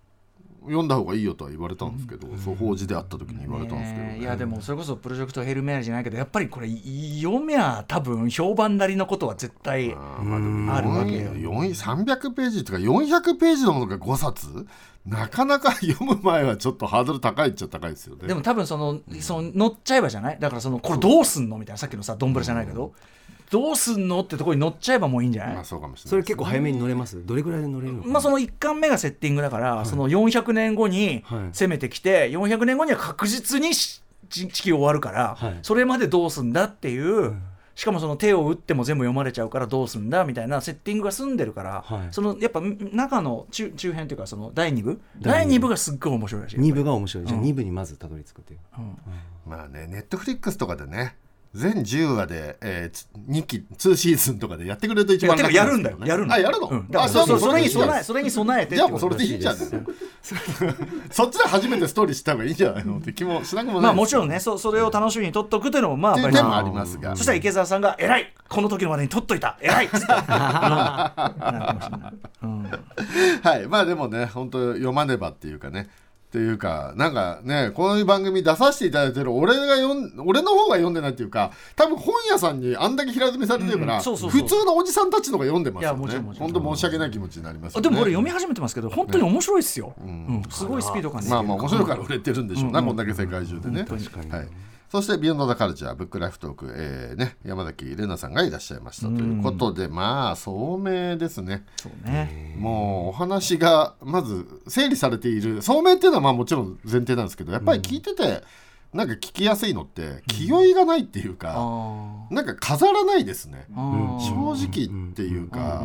S3: 読んだ方がいいよとは言われたんですけど、そう法事で会った時に言われたんですけど、
S2: ね
S3: ね
S2: えいやでもそれこそプロジェクトヘルメアリじゃないけどやっぱりこれ読めや多分評判なりのことは絶対
S3: あーまあでも
S2: あるわけよ
S3: 4 300ページとか400ページのものが5冊なかなか読む前はちょっとハードル高いっちゃ高いですよね
S2: でも多分その,、その乗っちゃえばじゃないだからそのこれどうすんのみたいなさっきのさどんぶらじゃないけど、どうすんのってところに乗っちゃえばもういいんじゃない、
S3: まあそうかもしれない
S1: それ結構早めに乗れますどれぐらいで乗れるのかな
S2: まあ、その1巻目がセッティングだから、その400年後に
S1: はい
S2: 攻めてきて、400年後には確実にし地地球終わるから、
S1: はい
S2: それまでどうすんだっていう、しかもその手を打っても全部読まれちゃうからどうすんだみたいなセッティングが済んでるから、
S1: はい
S2: そのやっぱ中の中中編というかその第2部
S1: 第
S2: 第
S1: 二部
S2: 2部がすっごい面白いらしい。
S1: 2部が面白いじゃあ2部にまずたどり着くっていう
S3: まあねネットフリックスとかでね全10話で、えー、2期2シーズンとかでやってくれると一
S2: いや
S3: 番
S2: てか
S3: 楽
S2: や
S3: な
S2: るん
S3: です
S2: だ
S3: け
S2: よやる
S3: ど、ね
S2: んだ
S3: あ
S2: よ。
S3: やるの、
S2: うんだから
S3: あじゃあ
S2: そ
S3: も
S2: う
S3: う
S2: それに
S3: いいじゃん
S2: 備えそれに備えてっ
S3: じ
S2: て
S3: ゃ
S2: こ
S3: あ
S2: と
S3: もうそれでいいじゃん。そっちで初めてストーリーした方がいいんじゃないのって気もしなくもないです
S2: まあもちろんねそそれを楽しみに取っとくというのもまあ
S3: っ
S2: や
S3: て
S2: っ
S3: い
S2: ぱり
S3: う点もありますが
S2: そしたら池澤さんが「偉いこの時のまでに取っといた偉い!」っつ ってなるかもしれないうん
S3: はいまあでもね本当読まねばっていうかねっていうかなんかねこの番組出させていただいてる俺が読ん俺の方が読んでないっていうか多分本屋さんにあんだけ平積みされてるから、
S2: うんそうそうそう
S3: 普通のおじさんたちの方が読んでますよ
S2: いやもちろ
S3: ね
S2: んもちろ
S3: 本
S2: ん
S3: 当申し訳ない気持ちになりますよ
S2: あ
S3: ね
S2: でもこれ読み始めてますけど本当に面白いっすよ、うんすごいスピード感で
S3: まあまあ面白いから売れてるんでしょうな、こんだけ世界中でね。はい、そして「ビヨンド・ザ・カルチャー」「ブック・ライフ・トーク」えーね、山崎怜奈さんがいらっしゃいましたということで、まあ聡明ですね。
S2: そうね
S3: もうお話がまず整理されている聡明っていうのはまあもちろん前提なんですけどやっぱり聞いててなんか聞きやすいのって気負いがないっていう
S2: あ
S3: か、
S2: ー
S3: なんか飾らないですね。
S2: あー
S3: 正直っていうか、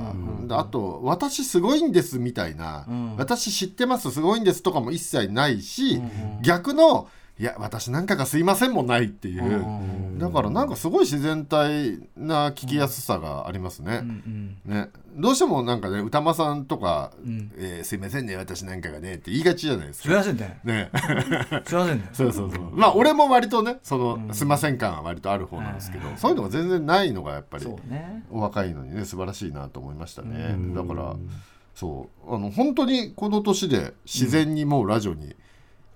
S3: あと「私すごいんです」みたいな「
S2: ん
S3: 私知ってますすごいんです」とかも一切ないし、逆の「いや私なんかがすいません」もないっていう、だからなんかすごい自然体な聞きやすさがありますね。
S2: うん
S3: ね、どうしてもなんかね歌間さんとか「
S2: ん
S3: えーすいませんね私なんかがね」って言いがちじゃないです
S2: すいま
S3: か。
S2: せんね
S3: ね、
S2: すいませんね
S3: そうそうそうまあ俺も割とねその「すいません」感は割とある方なんですけど、そういうのが全然ないのがやっぱり
S2: そうね
S3: お若いのにね素晴らしいなと思いましたねだからそうあの本当にこの年で自然にもうラジオに、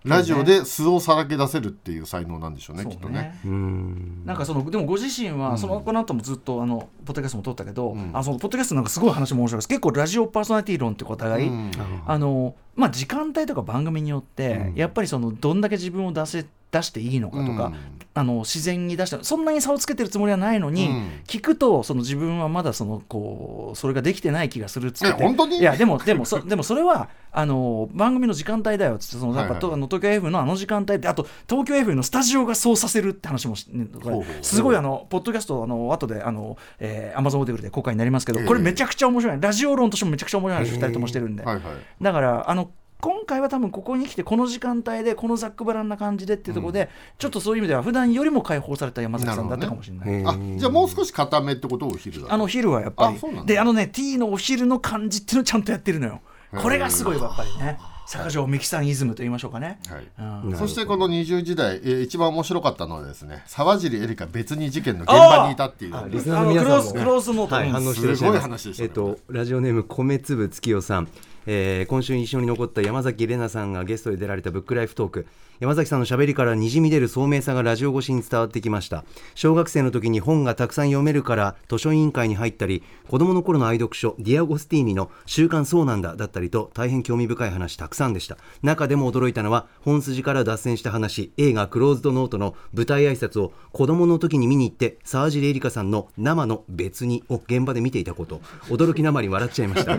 S3: ラジオで素をさらけ出せるっていう才能なんでしょうね
S2: そう
S3: きっとね。
S1: うん
S2: なんかそのでもご自身はそのこの後もずっとあのポッドキャストも撮ったけど、
S3: ん
S2: あそのポッドキャストなんかすごい話も面白いです結構ラジオパーソナリティ論ってお互い、
S3: うん
S2: あのまあ、時間帯とか番組によって、やっぱりそのどんだけ自分を出せ出していいのかとか、
S3: うん
S2: あの自然に出したそんなに差をつけてるつもりはないのに、
S3: うん
S2: 聞くとその自分はまだそのこうそれができてない気がするっつって
S3: え本当に
S2: いやでもでもそでもそれはあの番組の時間帯だよっつってそのやっぱ
S3: はいはい
S2: とあの東京 F のあの時間帯ってあと東京 F のスタジオがそうさせるって話もし、ねこれ
S3: ほうほう
S2: すごいあのポッドキャストあの後であの、えー、Amazon ホテルで公開になりますけどこれ
S3: ええ
S2: めちゃくちゃ面白いラジオ論としてもめちゃくちゃ面白い話2人ともしてるんで。
S3: はいはい
S2: だからあの今回は多分ここに来てこの時間帯でこのざっくばらんな感じでっていうところで、ちょっとそういう意味では普段よりも解放された山崎さんだったかもしれない。
S1: へー
S3: あじゃあもう少し固めってことをお昼だと
S2: あの昼はやっぱり
S3: あそうなんだ
S2: であのね T のお昼の感じっていうのをちゃんとやってるのよこれがすごいやっぱりね坂上美紀さんイズムと言いましょうかね、
S3: はい
S2: うん
S3: そしてこの20時代、えー一番面白かったのはですね沢尻エリカ別に事件の現場にいたっていう
S2: あ
S1: リスナーの皆さんも
S2: あのクローズクローズノート
S1: はい、反応してらっしゃいます
S3: すごい話でしたね
S1: えっと、ラジオネーム米粒月夜さん、えー今週印象に残った山崎怜奈さんがゲストで出られたブックライフトーク山崎さんのしゃべりからにじみ出る聡明さがラジオ越しに伝わってきました小学生の時に本がたくさん読めるから図書委員会に入ったり子供の頃の愛読書「ディアゴスティーニの「週刊そうなんだ」だったりと大変興味深い話たくくさんでした中でも驚いたのは本筋から脱線した話映画「クローズドノート」の舞台挨拶を子供の時に見に行って沢尻エリカさんの生の別にを現場で見ていたこと驚きなまり笑っちゃい ました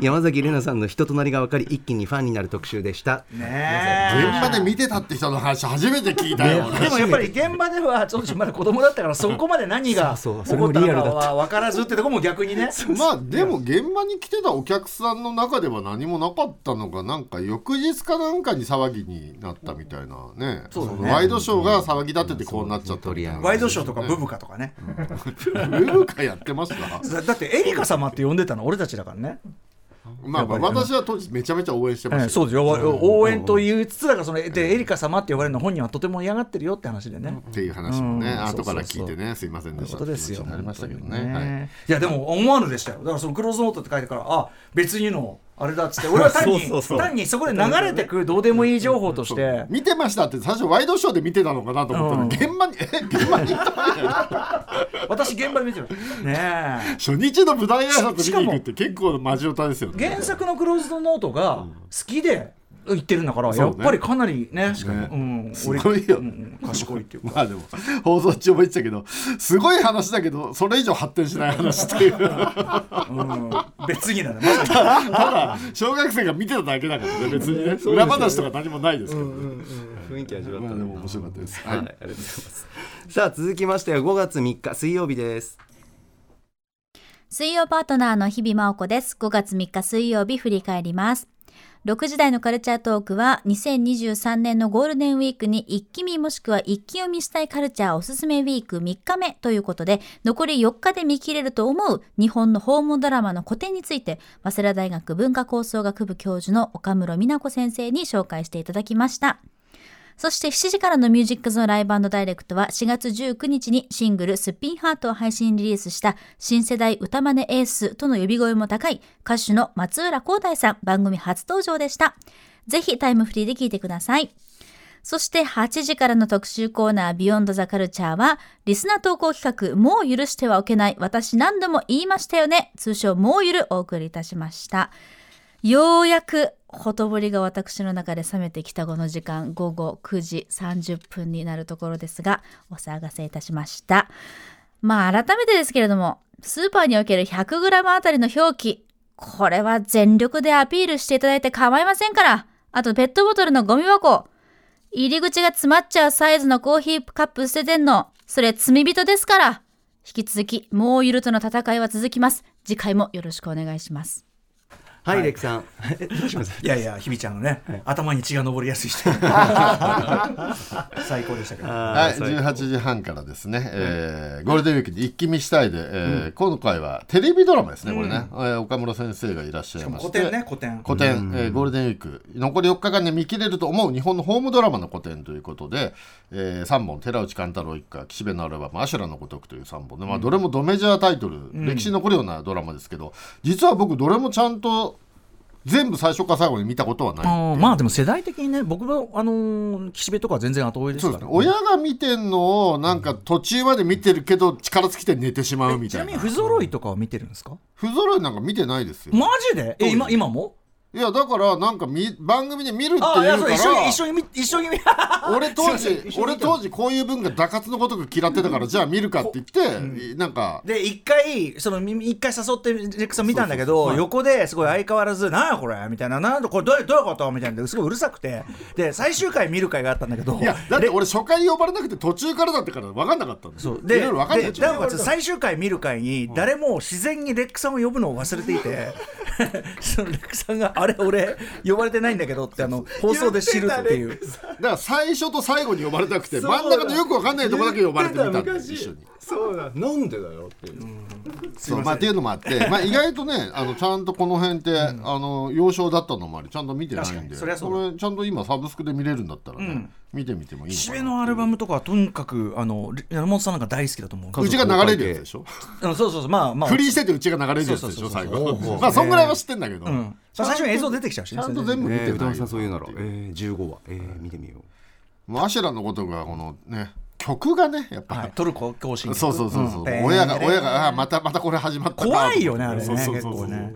S1: 山崎怜奈さんの人となりが分かり一気にファンになる特集でした
S2: ね
S3: 現場で見てたって人の話初めて聞いたよ、
S2: でもやっぱり現場ではちょっとまだ子供だっ たからそこまで何が起
S1: そう
S2: こ
S1: そう
S2: っ
S1: それも
S2: たの
S1: リア
S2: か
S1: ルだった
S2: は分からずってとこも逆 にね
S3: まあでも現場に来てたお客さんの中では何もなかったのがなんか翌日かなんかに騒ぎになったみたいなね
S2: そうだね
S3: のワイドショーが騒ぎ立ててこうなっちゃったみたいな
S2: ワイドショーとかブブカとかね
S3: ブブカやってま した
S2: だだってエリカ様って呼んでたの俺たちだからね
S3: まあまあ私は当時めちゃめちゃ応援してまし
S2: え
S3: た
S2: え
S3: よ
S2: そうですよ、応援と言いつつだからそのでエリカ様って呼ばれるの本人はとても嫌がってるよって話でね、
S3: っていう話もね、
S2: うん
S3: 後から聞いてねすいません
S2: とい
S3: で
S2: う
S3: し
S2: こ
S3: た
S2: とですよ。
S3: って気持ちになりましたけど
S2: 本当
S3: ね
S2: に
S3: はい
S2: いやでも思わぬでしたよ。だからそのクローズノートって書いてからあ別にのあれだっつって俺は単に
S1: そうそうそう
S2: 単にそこで流れてくるどうでもいい情報として。
S3: 見てましたって最初ワイドショーで見てたのかなと思ったら、現場にえ現場に行ったの
S2: 私現場で見てる。ねえ。
S3: 初日の舞台挨拶見に行くって結構マジオタですよね
S2: 原作のクローズドノートが好きで言ってるんだから、
S3: そう
S2: や
S3: ね
S2: っぱりかなりね、
S3: ね
S2: うん、
S3: すごいよ
S2: 俺うん賢いっていうか。
S3: まあでも放送中も言ってたけどすごい話だけどそれ以上発展しない話っていう
S2: うん、別にだね。まさに
S3: ただ小学生が見てただけだからね別にね裏話とか何もないですけど、
S1: 雰囲気味わ
S3: まあでも面白かったです、
S1: はい、あ
S3: は
S1: りが
S3: い
S1: とうございます。さあ、続きましては5月3日水曜日です。
S6: 水曜パートナーの日々真央子です。5月3日水曜日振り返ります。6時台のカルチャートークは2023年のゴールデンウィークに一気見もしくは一気読みしたいカルチャーおすすめウィーク3日目ということで残り4日で見切れると思う日本の訪問ドラマの古典について早稲田大学文化構想学部教授の岡室美奈子先生に紹介していただきました。そして7時からのミュージックゾーンライブダイレクトは4月19日にシングルすっぴんハートを配信リリースした新世代歌真似エースとの呼び声も高い歌手の松浦光大さん番組初登場でした。ぜひタイムフリーで聴いてください。そして8時からの特集コーナービヨンドザカルチャーはリスナー投稿企画もう許してはおけない私何度も言いましたよね通称もうゆるお送りいたしました。ようやくほとぼりが私の中で冷めてきたこの時間午後9時30分になるところですがお騒がせいたしましたまあ改めてですけれどもスーパーにおける 100g あたりの表記これは全力でアピールしていただいて構いませんからあとペットボトルのゴミ箱入り口が詰まっちゃうサイズのコーヒーカップ捨ててんのそれ罪人ですから引き続きもうゆるとの戦いは続きます次回もよろしくお願いします
S1: はい、レクさん。えどうします
S2: いやいや、日々ちゃんのね、頭に血が上りやすい人。最高でしたけど。
S3: はい、
S1: そう
S3: 18時半からですね、えーゴールデンウィークに一気見したいで、えー今回はテレビドラマですね、これね、えー岡室先生がいらっしゃいまして
S2: 古典ね、古典。
S3: 古典、えーゴールデンウィーク残り4日間で見切れると思う日本のホームドラマの古典ということで、え3本寺内貫太郎一家岸辺のアルバム「アシュラのごとく」という3本で、まあ、どれもドメジャータイトル、歴史に残るようなドラマですけど実は僕どれもちゃんと全部最初から最後に見たことはない
S2: あーまあでも世代的にね、僕の、あのー岸辺とかは全然後追いです
S3: そう
S2: か
S3: で
S2: ら、
S3: すね、親が見てんのをなんか途中まで見てるけど力尽きて寝てしまうみ
S2: ち
S3: た
S2: ないみ
S3: な
S2: に不揃いとかは見てるんですか
S3: 不揃いなんか見てないですよ
S2: マジでえ、今、今も
S3: いやだからなんかみ番組で見るっていう
S2: あ
S3: か
S2: あ、いや、そう
S3: ら
S2: 一緒に、一緒に見、一緒に見、
S3: 俺当
S2: すいません
S3: 時
S2: 一緒に
S3: 俺当時こういう文化打活のごとく嫌ってたからじゃあ見るかって言って、なんか
S2: で、一回、その、み一回誘って、レックさん見たんだけど、横ですごい相変わらず、なあこれみたいな、なんだこれどういう、どういうことみたいな、すごいうるさくて、で、最終回見る回があったんだけど、
S3: いやだって俺初回呼ばれなくて途中からだったから分かんなかったんです
S2: そう
S3: い
S2: で
S3: ろいろ分かんな
S2: で
S3: い
S2: なおかつ最終回見る回に誰も自然にレックさんを呼ぶのを忘れていて そのレックさんが「あれ俺呼ばれてないんだけど」ってあ の放送で知るっていう
S3: だから最初と最後に呼ばれなくて
S1: うだ
S3: 真ん中のよく分かんないとこだけ呼ばれてみたんだよ一緒に。
S1: そうだ。なんでだよっていう。
S3: そうまあ、っていうのも あって、まあ、意外とねあのちゃんとこの辺って、あの幼少だったのもありちゃんと見てない
S2: 確
S3: ん
S2: か
S3: で
S2: にそりゃそうだ
S3: れちゃんと今サブスクで見れるんだったらね、見てみてもいい
S2: 岸
S3: の
S2: 辺
S3: かな
S2: のアルバムとかはとにかくあのレ山本さんなんか大好きだと思う
S3: うちが流れるやつでしょ
S2: あのそうそうそうまあまあ
S3: 不倫しててうちが流れるやつでし
S2: そうそうそう
S3: ょ
S2: そう
S3: 最後まあそんぐらいは知ってんだけど、
S2: うんまあ最初に映像出てきちゃうし
S3: ち
S2: ね
S3: ゃんと
S2: それで
S3: 全部見て
S1: え
S3: ない
S1: ー、
S3: よ
S1: 歌丸さんそういうなら、えー、15話、えー、見てみよ
S3: もうアシェラのことがこのね曲がねやっぱ、
S2: はいトルコ行進
S3: そうそうそうそう、
S2: ん
S3: 親が親があーまたまたこれ始まったか
S2: 怖いよねあれね
S3: そうそう
S2: 結
S3: そうそ
S2: 構
S3: う
S2: ね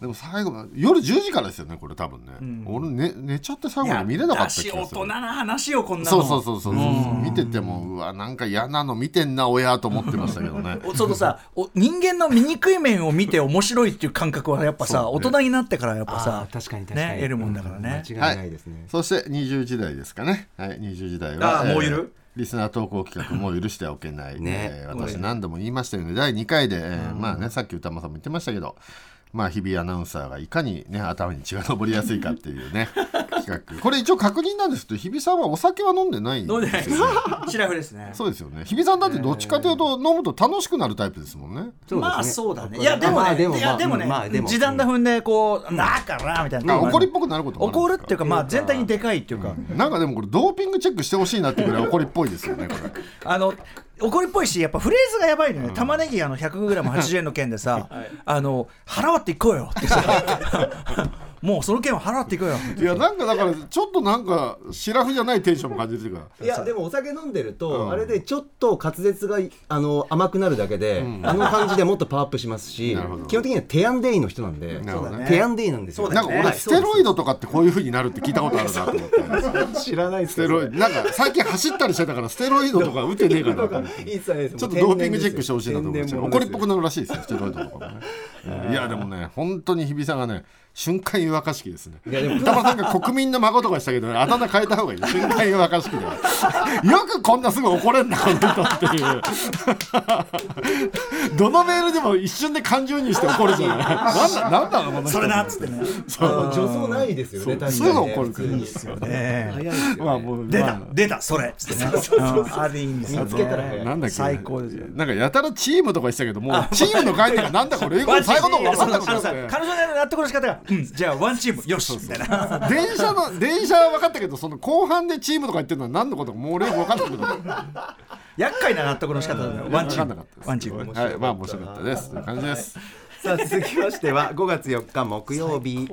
S3: でも最後まで夜10時からですよねこれ多分ね、
S2: ん
S3: 俺寝寝ちゃって最
S2: い
S3: 後ま
S2: や
S3: で見れなかった
S2: だ
S3: 気
S2: し
S3: が
S2: 大
S3: す
S2: 人
S3: る
S2: な話よこんな
S3: そ
S2: の
S3: うそうそうそう見ててもうわなんか嫌なの見てんな親と思ってましたけど ね
S2: おそのさお人間の醜い面を見て面白いっていう感覚はやっぱさ、
S3: そう
S2: 大
S3: ね
S2: 人になってからやっぱ
S1: あ
S2: さ
S1: ー確かに確かに、
S2: ね得るもんだからね
S1: うん間違いないですね、
S3: そして20時代ですかねはい20時代は
S2: あーもうゆる
S3: リスナー投稿企画「もう許してはおけない」
S1: ね
S3: えー私何度も言いましたよね第2回で、えーまあねさっき歌間さんも言ってましたけどまあ日々アナウンサーがいかにね頭に血が上りやすいかっていうね 企画これ一応確認なんですけど日比さんはお酒は飲んでないん
S2: 飲んで
S3: で
S2: ない
S3: す
S2: です
S3: よね
S2: シラフですね
S3: そうですよね日比さんだってどっちかというと飲むと楽しくなるタイプですもんね
S1: そうですね
S2: まあそうだね。
S1: こ
S2: い
S1: れ
S2: やでも
S1: まあ
S2: ね、
S1: でも
S2: いやでもね、
S1: まあまあでも
S2: 時短だ踏んでこう、だからみたいな。
S3: あ怒りっぽくなることもあるんですか
S2: 怒るっていうかまあ全体にでかいっていうか、
S3: なんかでもこれドーピングチェックしてほしいなってぐらい怒りっぽいですよねこれ
S2: あの怒りっぽいし、やっぱフレーズがやばいのよ。玉ねぎあの 100g80 円の件でさ、あの払わっていこうよってさ、 もうその件は払っていこうよ。
S3: いやなんかだからちょっとなんかシラフじゃないテンションも感じるというか
S1: いやでもお酒飲んでると、
S3: うん
S1: あれでちょっと滑舌があの甘くなるだけで、あの感じでもっとパワーアップします し
S3: なるほど
S1: 基本的にはテアンデイの人なんで
S3: なるほどね
S1: テアンデイなんですよ
S3: なんか俺ステロイ
S1: ド
S3: ドとかってこういう風になるって聞いたことあるなと思って
S1: 知らないで
S3: ス
S1: す
S3: テ
S1: よ
S3: ロイドなんか最近走ったりしてたからステロイドとか打てねえかなと思って
S1: 一切 ないです
S3: ちょっとドーピングチェックしてほしいなと思って
S1: 天然物
S3: 怒りっぽくなるらしいですよステロイドとかもねいやでもね本当に日比さんがね瞬間湯沸かし器ですね
S1: いやでも
S3: 歌丸さんが国民の孫とかしたけどねあだ名変えた方がいい瞬間湯沸かし器で はよくこんなすぐ怒れんなこの人っていう どのメールでも一瞬で感情にして怒るじゃないなんだなんだろうこの人
S2: それなっつってね。
S1: あ助走ないですよね
S3: そう
S1: 確
S3: す
S1: かに
S3: ぐ
S1: ね
S3: 怒る
S1: 普通に
S2: ええ
S1: 早いですよね
S3: まあもう
S2: 出
S3: まあ
S2: た出たそれ。つってねうんある意味さ
S1: 見つけたら早い
S3: なんだっけ
S2: 最高ですよ
S3: なんかやたらチームとかしたけどもうチームの概念がなんだこれ英語の最後の方が分かんなく
S2: あ
S3: な
S2: のさ
S3: って
S2: 彼女の納得の仕方が、うん、じゃあワンチームよしみたいな。
S3: 電車の電車は分かったけどその後半でチームとか言ってるのは何のことかもう俺よく分かんなくなって
S2: 厄介な納得の仕方だね。ワンチーム。ワンチーム。
S3: はいまあ面白かったですという感じです
S1: さあ続きましては5月4日木曜日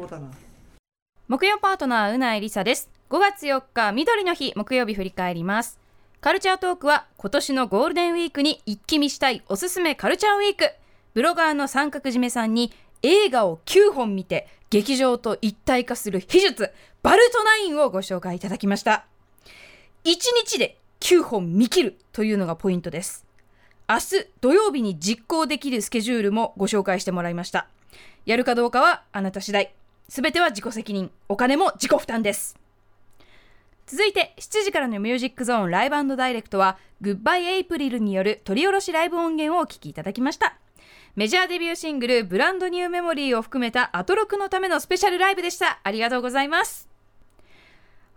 S7: 木曜パートナーうないりさです5月4日緑の日木曜日振り返りますカルチャートークは今年のゴールデンウィークに一気見したいおすすめカルチャーウィークブロガーの三角締めさんに映画を9本見て劇場と一体化する秘術バルトナインをご紹介いただきました1日で9本見切るというのがポイントです明日土曜日に実行できるスケジュールもご紹介してもらいましたやるかどうかはあなた次第。すべては自己責任。お金も自己負担です。続いて7時からのミュージックゾーンライブダイレクトはグッバイエイプリルによる取り下ろしライブ音源をお聴きいただきました。メジャーデビューシングルブランドニューメモリーを含めたアトロクのためのスペシャルライブでした。ありがとうございます。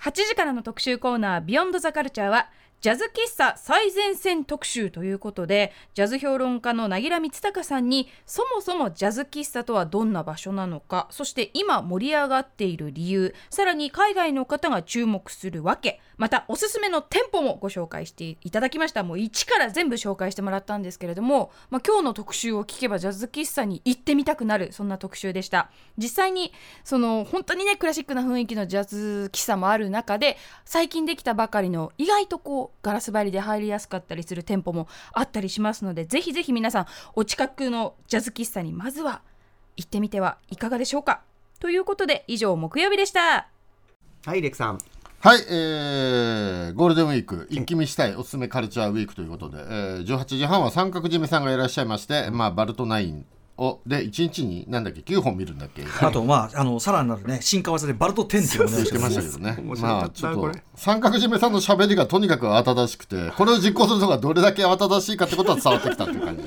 S7: 8時からの特集コーナービヨンドザカルチャーはジャズ喫茶最前線特集ということでジャズ評論家のなぎら光隆さんにそもそもジャズ喫茶とはどんな場所なのかそして今盛り上がっている理由さらに海外の方が注目するわけまたおすすめの店舗もご紹介していただきましたもう一から全部紹介してもらったんですけれども、まあ、今日の特集を聞けばジャズ喫茶に行ってみたくなるそんな特集でした実際にその本当にねクラシックな雰囲気のジャズ喫茶もある中で最近できたばかりの意外とこうガラス張りで入りやすかったりする店舗もあったりしますのでぜひぜひ皆さんお近くのジャズ喫茶にまずは行ってみてはいかがでしょうかということで以上木曜日でした。
S1: はいレクさん
S3: はい、えー、ゴールデンウィーク、一気見したいおすすめカルチャーウィークということで、えー、18時半は三角締めさんがいらっしゃいまして、まあ、バルトナインを、で、1日に、なんだっけ、9本見るんだっけ、
S2: あとまああのさらなるね新化技でバルト10っていうのをお願い
S3: 言っ
S2: してま。
S3: ますしたけどね、
S1: 面白
S3: ま
S1: か
S3: あ、
S1: っ
S3: ち
S1: た
S3: ょ
S1: な
S3: っ
S1: ことれ、
S3: 三角締めさんの喋りがとにかく慌ただしくて、これを実行するのがどれだけ慌ただしいかってことは伝わってきたっていう感 じ。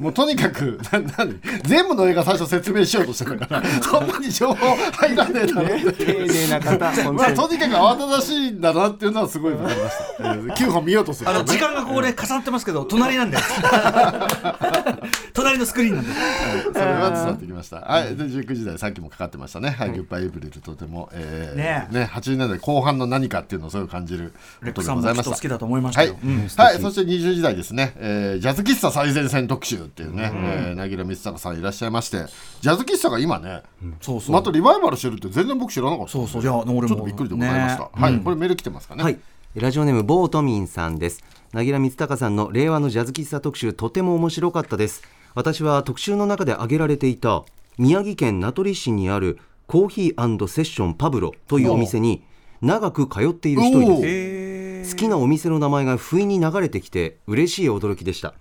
S3: もうとにかく、な、なに、全部の映画最初説明しようとして たから、そんなに情報入らねえだろって。
S1: 丁寧な方本
S3: ま
S1: 当
S3: あ、
S1: に
S3: とにかく慌ただしいんだなっていうのはすごい分かりました。えー9本見ようとする
S2: あ
S3: とね、
S2: の時間がここで重なってますけど隣 なんで隣のスクリーンなんで。
S3: それは伝わってきました。はい、で19時代さっきもかかってましたね。はい、グッバイエイブリルとても、えー、
S2: ね
S3: ね80年代後半の何かっていうのをすごい感じる
S2: レック
S3: こと
S2: さ
S3: で
S2: んも
S3: ござい
S2: き
S3: ま
S2: っ
S3: した。
S2: と好きだと思いまし
S3: は
S2: た
S3: い、
S2: よ。うん
S3: はい、そして20時代ですね、えージャズ喫茶最前線特集っていうね、えー、なぎらみつたかさんいらっしゃいまして、ジャズ喫茶が今ね、
S2: そうそう。
S3: またリバイバルしてるって全然僕知らなかった。
S2: そうそういや俺も
S3: ちょっとびっくりでございました。はい、これメール来てますかね。
S1: はい。ラジオネームボートミンさんです。なぎらみつたかさんの令和のジャズ喫茶特集とても面白かったです。私は特集の中で挙げられていた宮城県名取市にあるコーヒーセッションパブロというお店に長く通っている一人です好きなお店の名前が不意に流れてきて嬉しい驚きでした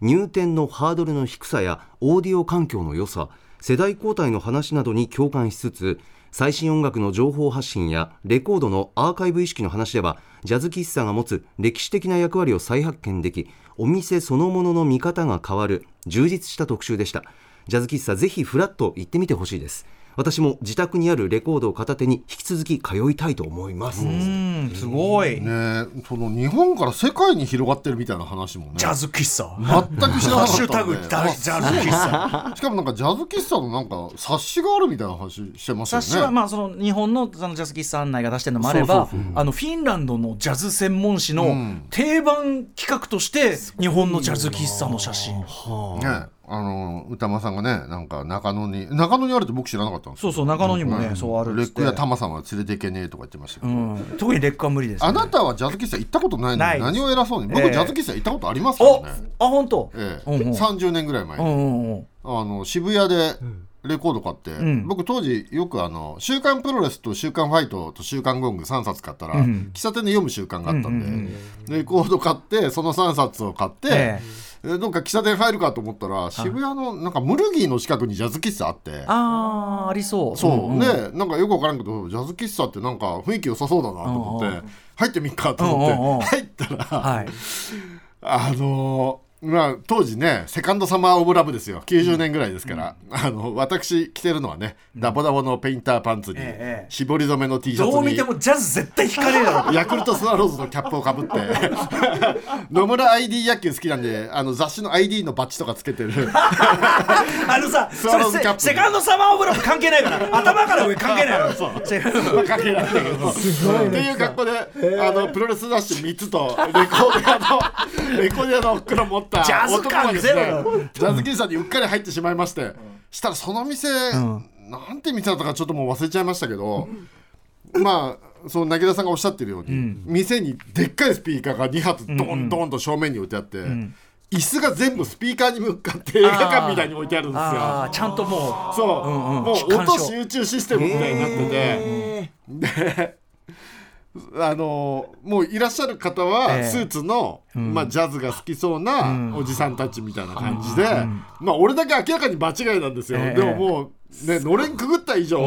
S1: 入店のハードルの低さやオーディオ環境の良さ世代交代の話などに共感しつつ最新音楽の情報発信やレコードのアーカイブ意識の話ではジャズ喫茶が持つ歴史的な役割を再発見できお店そのものの見方が変わる充実した特集でしたジャズ喫茶ぜひフラッと行ってみてほしいです私も自宅にあるレコードを片手に引き続き通いたいと思います
S4: うんすごい
S3: ねえその日本から世界に広がってるみたいな話もね
S8: ジャズ喫茶。
S3: 全く知ら
S8: ハッ
S3: な
S8: シ
S3: か
S8: ュ
S3: った
S8: タ
S3: ん
S8: グ
S3: で
S8: ジャジャズ喫茶。
S3: あしかもなんかジャズ喫茶のなんか冊子があるみたいな話してますよね
S2: 冊子はまあその日本のそのジャズ喫茶案内が出してるのもあれば
S8: あのフィンランドのジャズ専門誌
S3: う
S8: の
S3: ん
S8: 定番企画として日本のジャズ喫茶の写真。
S3: ねあの歌間さんがねなんか中野に中野にあるって僕知らなかったんです
S2: そうそう中野にもね
S3: ん
S2: そうあるっ
S3: レ
S2: つっ
S3: ッ
S2: て
S3: クやタマさんは連れていけねえとか言ってましたけ
S2: う
S3: ど、
S2: ん特に劣化は無理ですね
S3: あなたはジャズ喫茶行ったことないの
S2: ない
S3: に
S2: です
S3: 何を偉そうに僕、
S2: ええ
S3: ジャズ喫茶行ったことありますから
S2: おあ
S3: ね、
S2: 本当
S3: ええ
S2: うんうん
S3: 30年ぐらい前
S2: う
S3: に、
S2: んうんうん
S3: あの渋谷でレコード買って、
S2: ん
S3: 僕当時よくあの「週刊プロレス」と「週刊ファイト」と「週刊ゴング」3冊買ったら、
S2: うん
S3: 喫茶店で読む習慣があったんで、
S2: うんうん
S3: レコード買ってその3冊を買って、
S2: え
S3: えどっか喫茶店入るかと思ったら渋谷のなんかムルギーの近くにジャズ喫茶あって
S2: あーありそう
S3: そう、
S2: んん
S3: でなんかよくわからんけどジャズ喫茶ってなんか雰囲気良さそうだなと思って、
S2: うんうん
S3: 入ってみっかと思って、
S2: うんうんうん
S3: 入ったら、
S2: はい
S3: あのーまあ当時ねセカンドサマーオブラブですよ90年ぐらいですから、あの私着てるのはねダボダボのペインターパンツに、
S2: ええ
S3: 絞り染めの T シャ
S8: どう
S3: ツ
S8: 見
S3: に
S8: てもジャズ絶対弾かねえ だろ。
S3: ヤクルトスワローズのキャップをかぶって野村 ID 野球好きなんであの雑誌の ID のバッジとかつけてる
S8: あのさ、そ
S3: ワローズ
S8: れ
S3: キャッ
S8: セセ
S3: プ
S8: カンドサマーオブラブ関係ない から、頭から上関係ないから。
S3: かけられたけどっていう格好で、あのプロレス雑誌3つとレコード屋のレコード屋の袋持った
S8: ジャズ
S3: 男が
S8: 感
S3: で
S8: ゼ
S3: す
S8: ロ
S3: ね
S8: だ
S3: ジャズ喫茶にうっかり入ってしまいましてしたらその店、なんて店だったかちょっともう忘れちゃいましたけど、まあその凪田さんがおっしゃってるように、店にでっかいスピーカーが2発ドンドンと正面に置いてあって。椅子が全部スピーカーに向かって映画館みたいに置いてあるんですよ。
S2: あーちゃんとも
S3: そう、
S2: ん
S3: もう
S2: 鑑
S3: 音
S2: 賞
S3: 集中システムみたいになってて、で、あのもういらっしゃる方
S2: ええ
S3: はスーツの、まあジャズが好きそうなおじさんたちみたいな感じで、まあ俺だけ明らかに間違いなんですよ。
S2: ええ
S3: でももうねのれんくぐった以上、
S2: う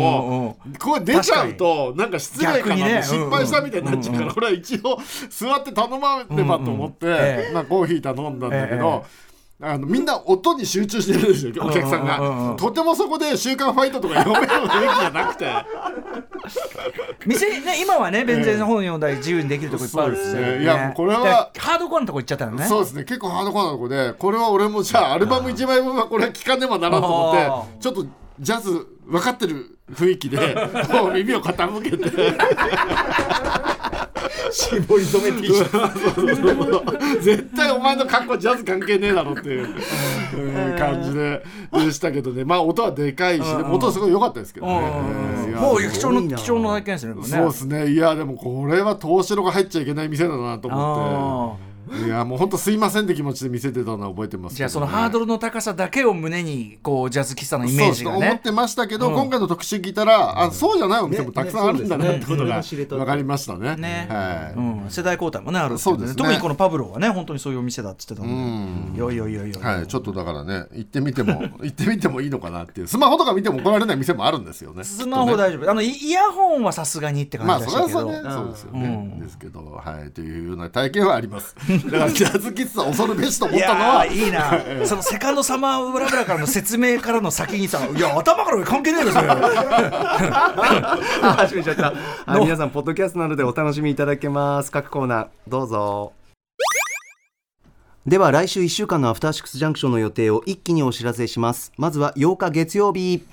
S3: これ出ちゃうとなんか失礼か
S2: 逆
S3: な
S2: にね
S3: 失敗したみたいになっちゃうから、これは一応座って頼まねばと思って、
S2: ええ
S3: まあコーヒー頼んだんだけど。あのみんな音に集中してるんですよお客さんが、
S2: うんうんうんうん
S3: とてもそこで「週刊ファイト」とか読める雰囲気じゃなくて
S2: 店にね今はねベンゼルの本読んだり自由にできるとこいっぱいあるっつって
S3: そうですねいやもうこれは
S2: だからハードコアのとこ行っちゃったのね
S3: そうですね結構ハードコアなとこでこれは俺もじゃあアルバム1枚分はこれは聴かねばならんと思ってちょっとジャズ分かってる雰囲気でもう耳を傾けて
S8: 絞り染め T シャツ。
S3: 絶対お前の格好ジャズ関係ねえだろっていううん感じででしたけどねまあ音はでかいし音はすごい良かったですけどね。うんいや
S2: もう貴重な貴重な体験ですよねこれね
S3: そうですねいやでもこれは東城が入っちゃいけない店だなと思
S2: あ
S3: っていやもう本当すいませんって気持ちで見せてたのは覚えてます
S2: ーじゃあそのハード
S3: ル
S2: ルの高さだけを胸にこうジャズ喫茶のイメージが
S3: 思っ
S2: ね
S3: てましたけど、今回の特集聞いたらあそうじゃないお店もたくさんあるんだなってこと
S1: ね
S3: が
S1: ねそうですね
S3: 分かりましたね。
S2: ね
S3: はい
S2: うん、世代交代もねあるってい
S3: そうですね
S2: 特にこのパブローはね本当にそういうお店だって言ってたもんでよいよいよいよ
S3: はい、ちょっとだからね行ってみても 行ってみてもいいのかなっていうスマホとか見ても怒られない店もあるんですよね。
S2: スマホ大丈夫あのイイヤホンはさすがにって
S3: ま
S2: 感
S3: あ
S2: じで
S3: そ
S2: し
S3: れ
S2: たけ
S3: はそ
S2: ど、
S3: れでそうですよ
S2: う
S3: ね
S2: ん。
S3: ですけどはいというような体験はあります。だからジャズ喫茶恐るべしと思
S2: い
S3: ったの
S2: や
S3: は
S2: ーいいなそのセカンドサマーブラブラからの説明からの先にさ「いや頭から上関係ねえよそ れ」
S1: あ 始めちゃったあ皆さんポッドキャストなどでお楽しみいただけます各コーナーどうぞでは来週1週間のアフターシックスジャンクションの予定を一気にお知らせしますまずは8日月曜日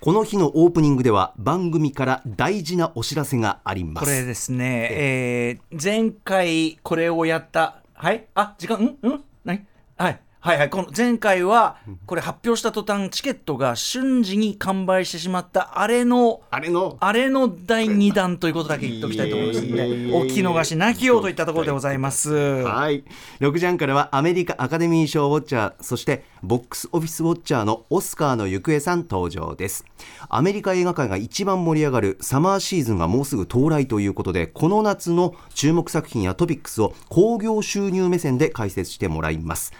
S1: この日のオープニングでは番組から大事なお知らせがあります
S2: これですね、えー前回これをやった、はいあ時間、うんうん何はいはいはい、この前回はこれ発表した途端チケットが瞬時に完売してしまったあれの
S1: あれの
S2: あれの第2弾ということだけ言っておきたいと思いますのでお聞き逃しなきようといったところでございます。は
S1: はい6時半からはアメリカアカデミー賞ウォッチャーそしてボックスオフィスウォッチャーのオスカーの行方さん登場ですアメリカ映画界が一番盛り上がるサマーシーズンがもうすぐ到来ということでこの夏の注目作品やトピックスを興行収入目線で解説してもらいます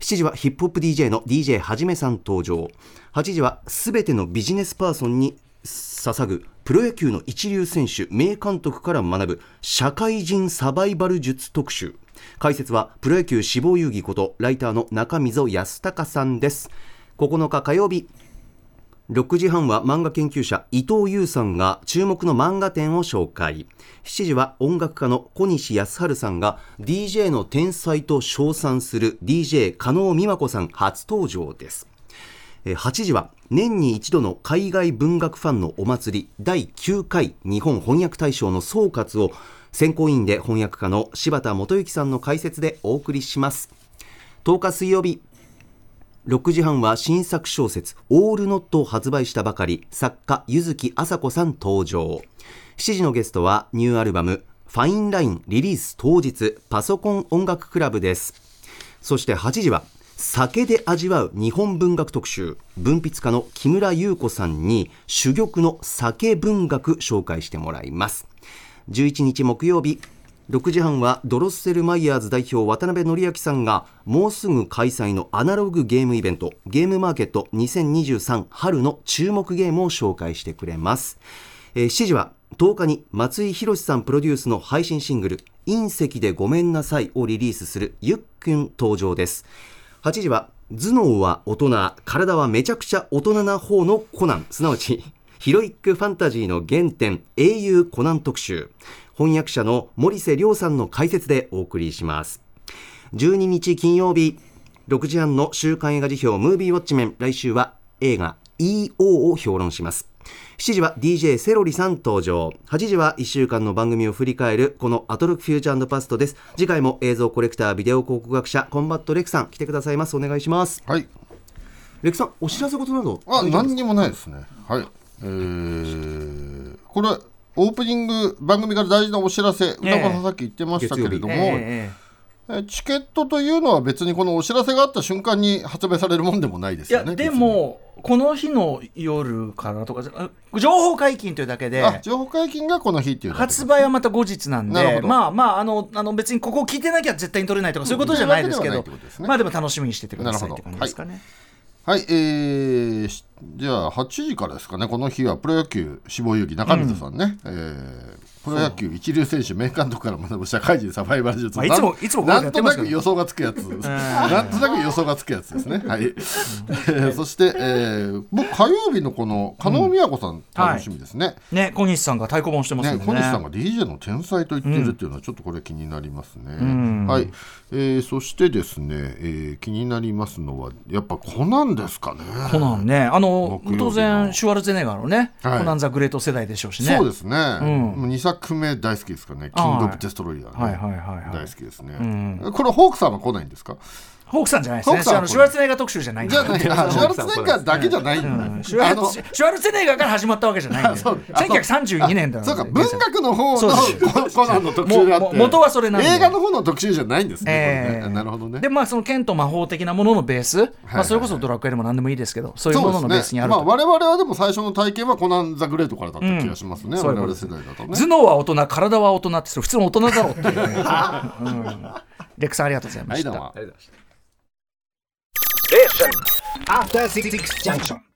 S1: 7時はヒップホップ DJ の DJ はじめさん登場8時はすべてのビジネスパーソンに捧ぐプロ野球の一流選手名監督から学ぶ社会人サバイバル術特集解説はプロ野球志望遊戯ことライターの中溝康隆さんです9日火曜日6時半は漫画研究者伊藤優さんが注目の漫画展を紹介7時は音楽家の小西康晴さんが DJ の天才と称賛する DJ 加納美和子さん初登場ですえー8時は年に一度の海外文学ファンのお祭り第9回日本翻訳大賞の総括を選考委員で翻訳家の柴田元幸さんの解説でお送りします10日水曜日6時半は新作小説「オールノット」を発売したばかり作家柚木麻子さん登場7時のゲストはニューアルバム「ファインライン」リリース当日パソコン音楽クラブですそして8時は酒で味わう日本文学特集文筆家の木村優子さんに珠玉の酒文学紹介してもらいます11日木曜日6時半はドロッセルマイヤーズ代表渡辺則明さんがもうすぐ開催のアナログゲームイベントゲームマーケット2023春の注目ゲームを紹介してくれます、えー7時は10日に松井宏さんプロデュースの配信シングル「隕石でごめんなさい」をリリースするゆっくん登場です8時は頭脳は大人体はめちゃくちゃ大人な方のコナンすなわちヒロイックファンタジーの原点英雄コナン特集翻訳者の森瀬亮さんの解説でお送りします12日金曜日6時半の週刊映画辞表ムービーウォッチメン来週は映画 EO を評論します7時は DJ セロリさん登場8時は1週間の番組を振り返るこのアトロックフューチャーパストです次回も映像コレクタービデオ広告学者コンバットレクさん来てくださいますお願いします
S3: はい
S1: レクさんお知らせことなど
S3: あ、何にもないですね。はい。えー、これ、オープニング番組から大事なお知らせ、歌
S2: ええ
S3: 丸さんさっき言ってましたけれども、
S2: ええ
S3: えーチケットというのは別にこのお知らせがあった瞬間に発売されるもんでもないです
S2: いや
S3: よね。
S2: でもこの日の夜からとかじゃあ情報解禁というだけ
S3: 別
S2: で
S3: に、あ、情報解禁がこの日っていうだけ
S2: 発売はまた後日なん
S3: なる
S2: で
S3: ほど
S2: まあまああのあの別にここを聞いてなきゃ絶対に取れないとかそういうことじゃないですけ
S3: うん
S2: ど
S3: っていうわけではないってことですね
S2: まあでも楽しみにしててくださいって
S3: な
S2: 感
S3: るほ
S2: じ
S3: ど
S2: ですかね。
S3: はい、えー、しじゃあ8時からですかね、この日はプロ野球志望遊戯中水さんね、えープロ野球一流選手名監督から学ぶ社会人サバイバル術、
S2: まあいつもいつもこういうの
S3: なん
S2: やっ
S3: と
S2: てま
S3: な
S2: すけど
S3: く予想がつくやつ、なんとなく予想がつくやつですね。はい、えーそして、えー僕火曜日のこの加納美和子さん楽しみですね。
S2: ね小西さんが太鼓判してます
S3: ね
S2: よね。
S3: 小西さんが DJ の天才と言ってるっていうのはちょっとこれ気になりますね、
S2: ん
S3: はい、えーそしてですね、えー気になりますのはやっぱコナンですかね
S2: コナンねあの
S3: 木曜日の
S2: 当然シュワルツェネッガーのね、
S3: はい
S2: コナンザグレート世代でしょうしね。
S3: そうですね、
S2: ん
S3: もう2作目大好きですからね「キ
S2: あ
S3: ン
S2: ー
S3: グ・オブ・デストロイヤー、ね
S2: はいはいはいはい
S3: 大好きですね、これホークさんは来ないんで すか
S2: ホークさんじゃないです
S3: ホー
S2: ね。
S3: クさんは
S2: あのシュワルツェネッガー特集じゃないんで
S3: じゃあねあシュワルツェネッガーだけじゃない、
S2: シュワ
S3: あ
S2: ル
S3: の
S2: ツシュワルツェネッガーから始まったわけじゃないんで。
S3: そうあそう
S2: 1932年だ
S3: そうか文学の方
S2: そう
S3: の
S2: です
S3: ココナンの特集であって
S2: もも元はそれなんで
S3: 映画の方の特集じゃないんですね,これね、
S2: ええ
S3: なるほどね
S2: でまあその剣と魔法的なもののベース、ま
S3: は
S2: あ、
S3: い
S2: それこそドラクエでも何でもいいですけどそういう
S3: そ
S2: もの
S3: うです
S2: のベースにあ
S3: ね。
S2: る
S3: まあ
S2: と、
S3: 我々はでも最初の体験はコナン・ザ・グレートからだった気がしますね。
S2: そうい
S3: 我
S2: うことで
S3: 々
S2: す
S3: 世代だとね。
S2: 頭脳は大人体は大人ってそれ普通の大人だろう っていうね、うんレクさんありがとうございま
S3: はい
S2: し
S3: ど
S2: た
S3: う。も。
S1: ありがとうございました
S9: After Six Junction.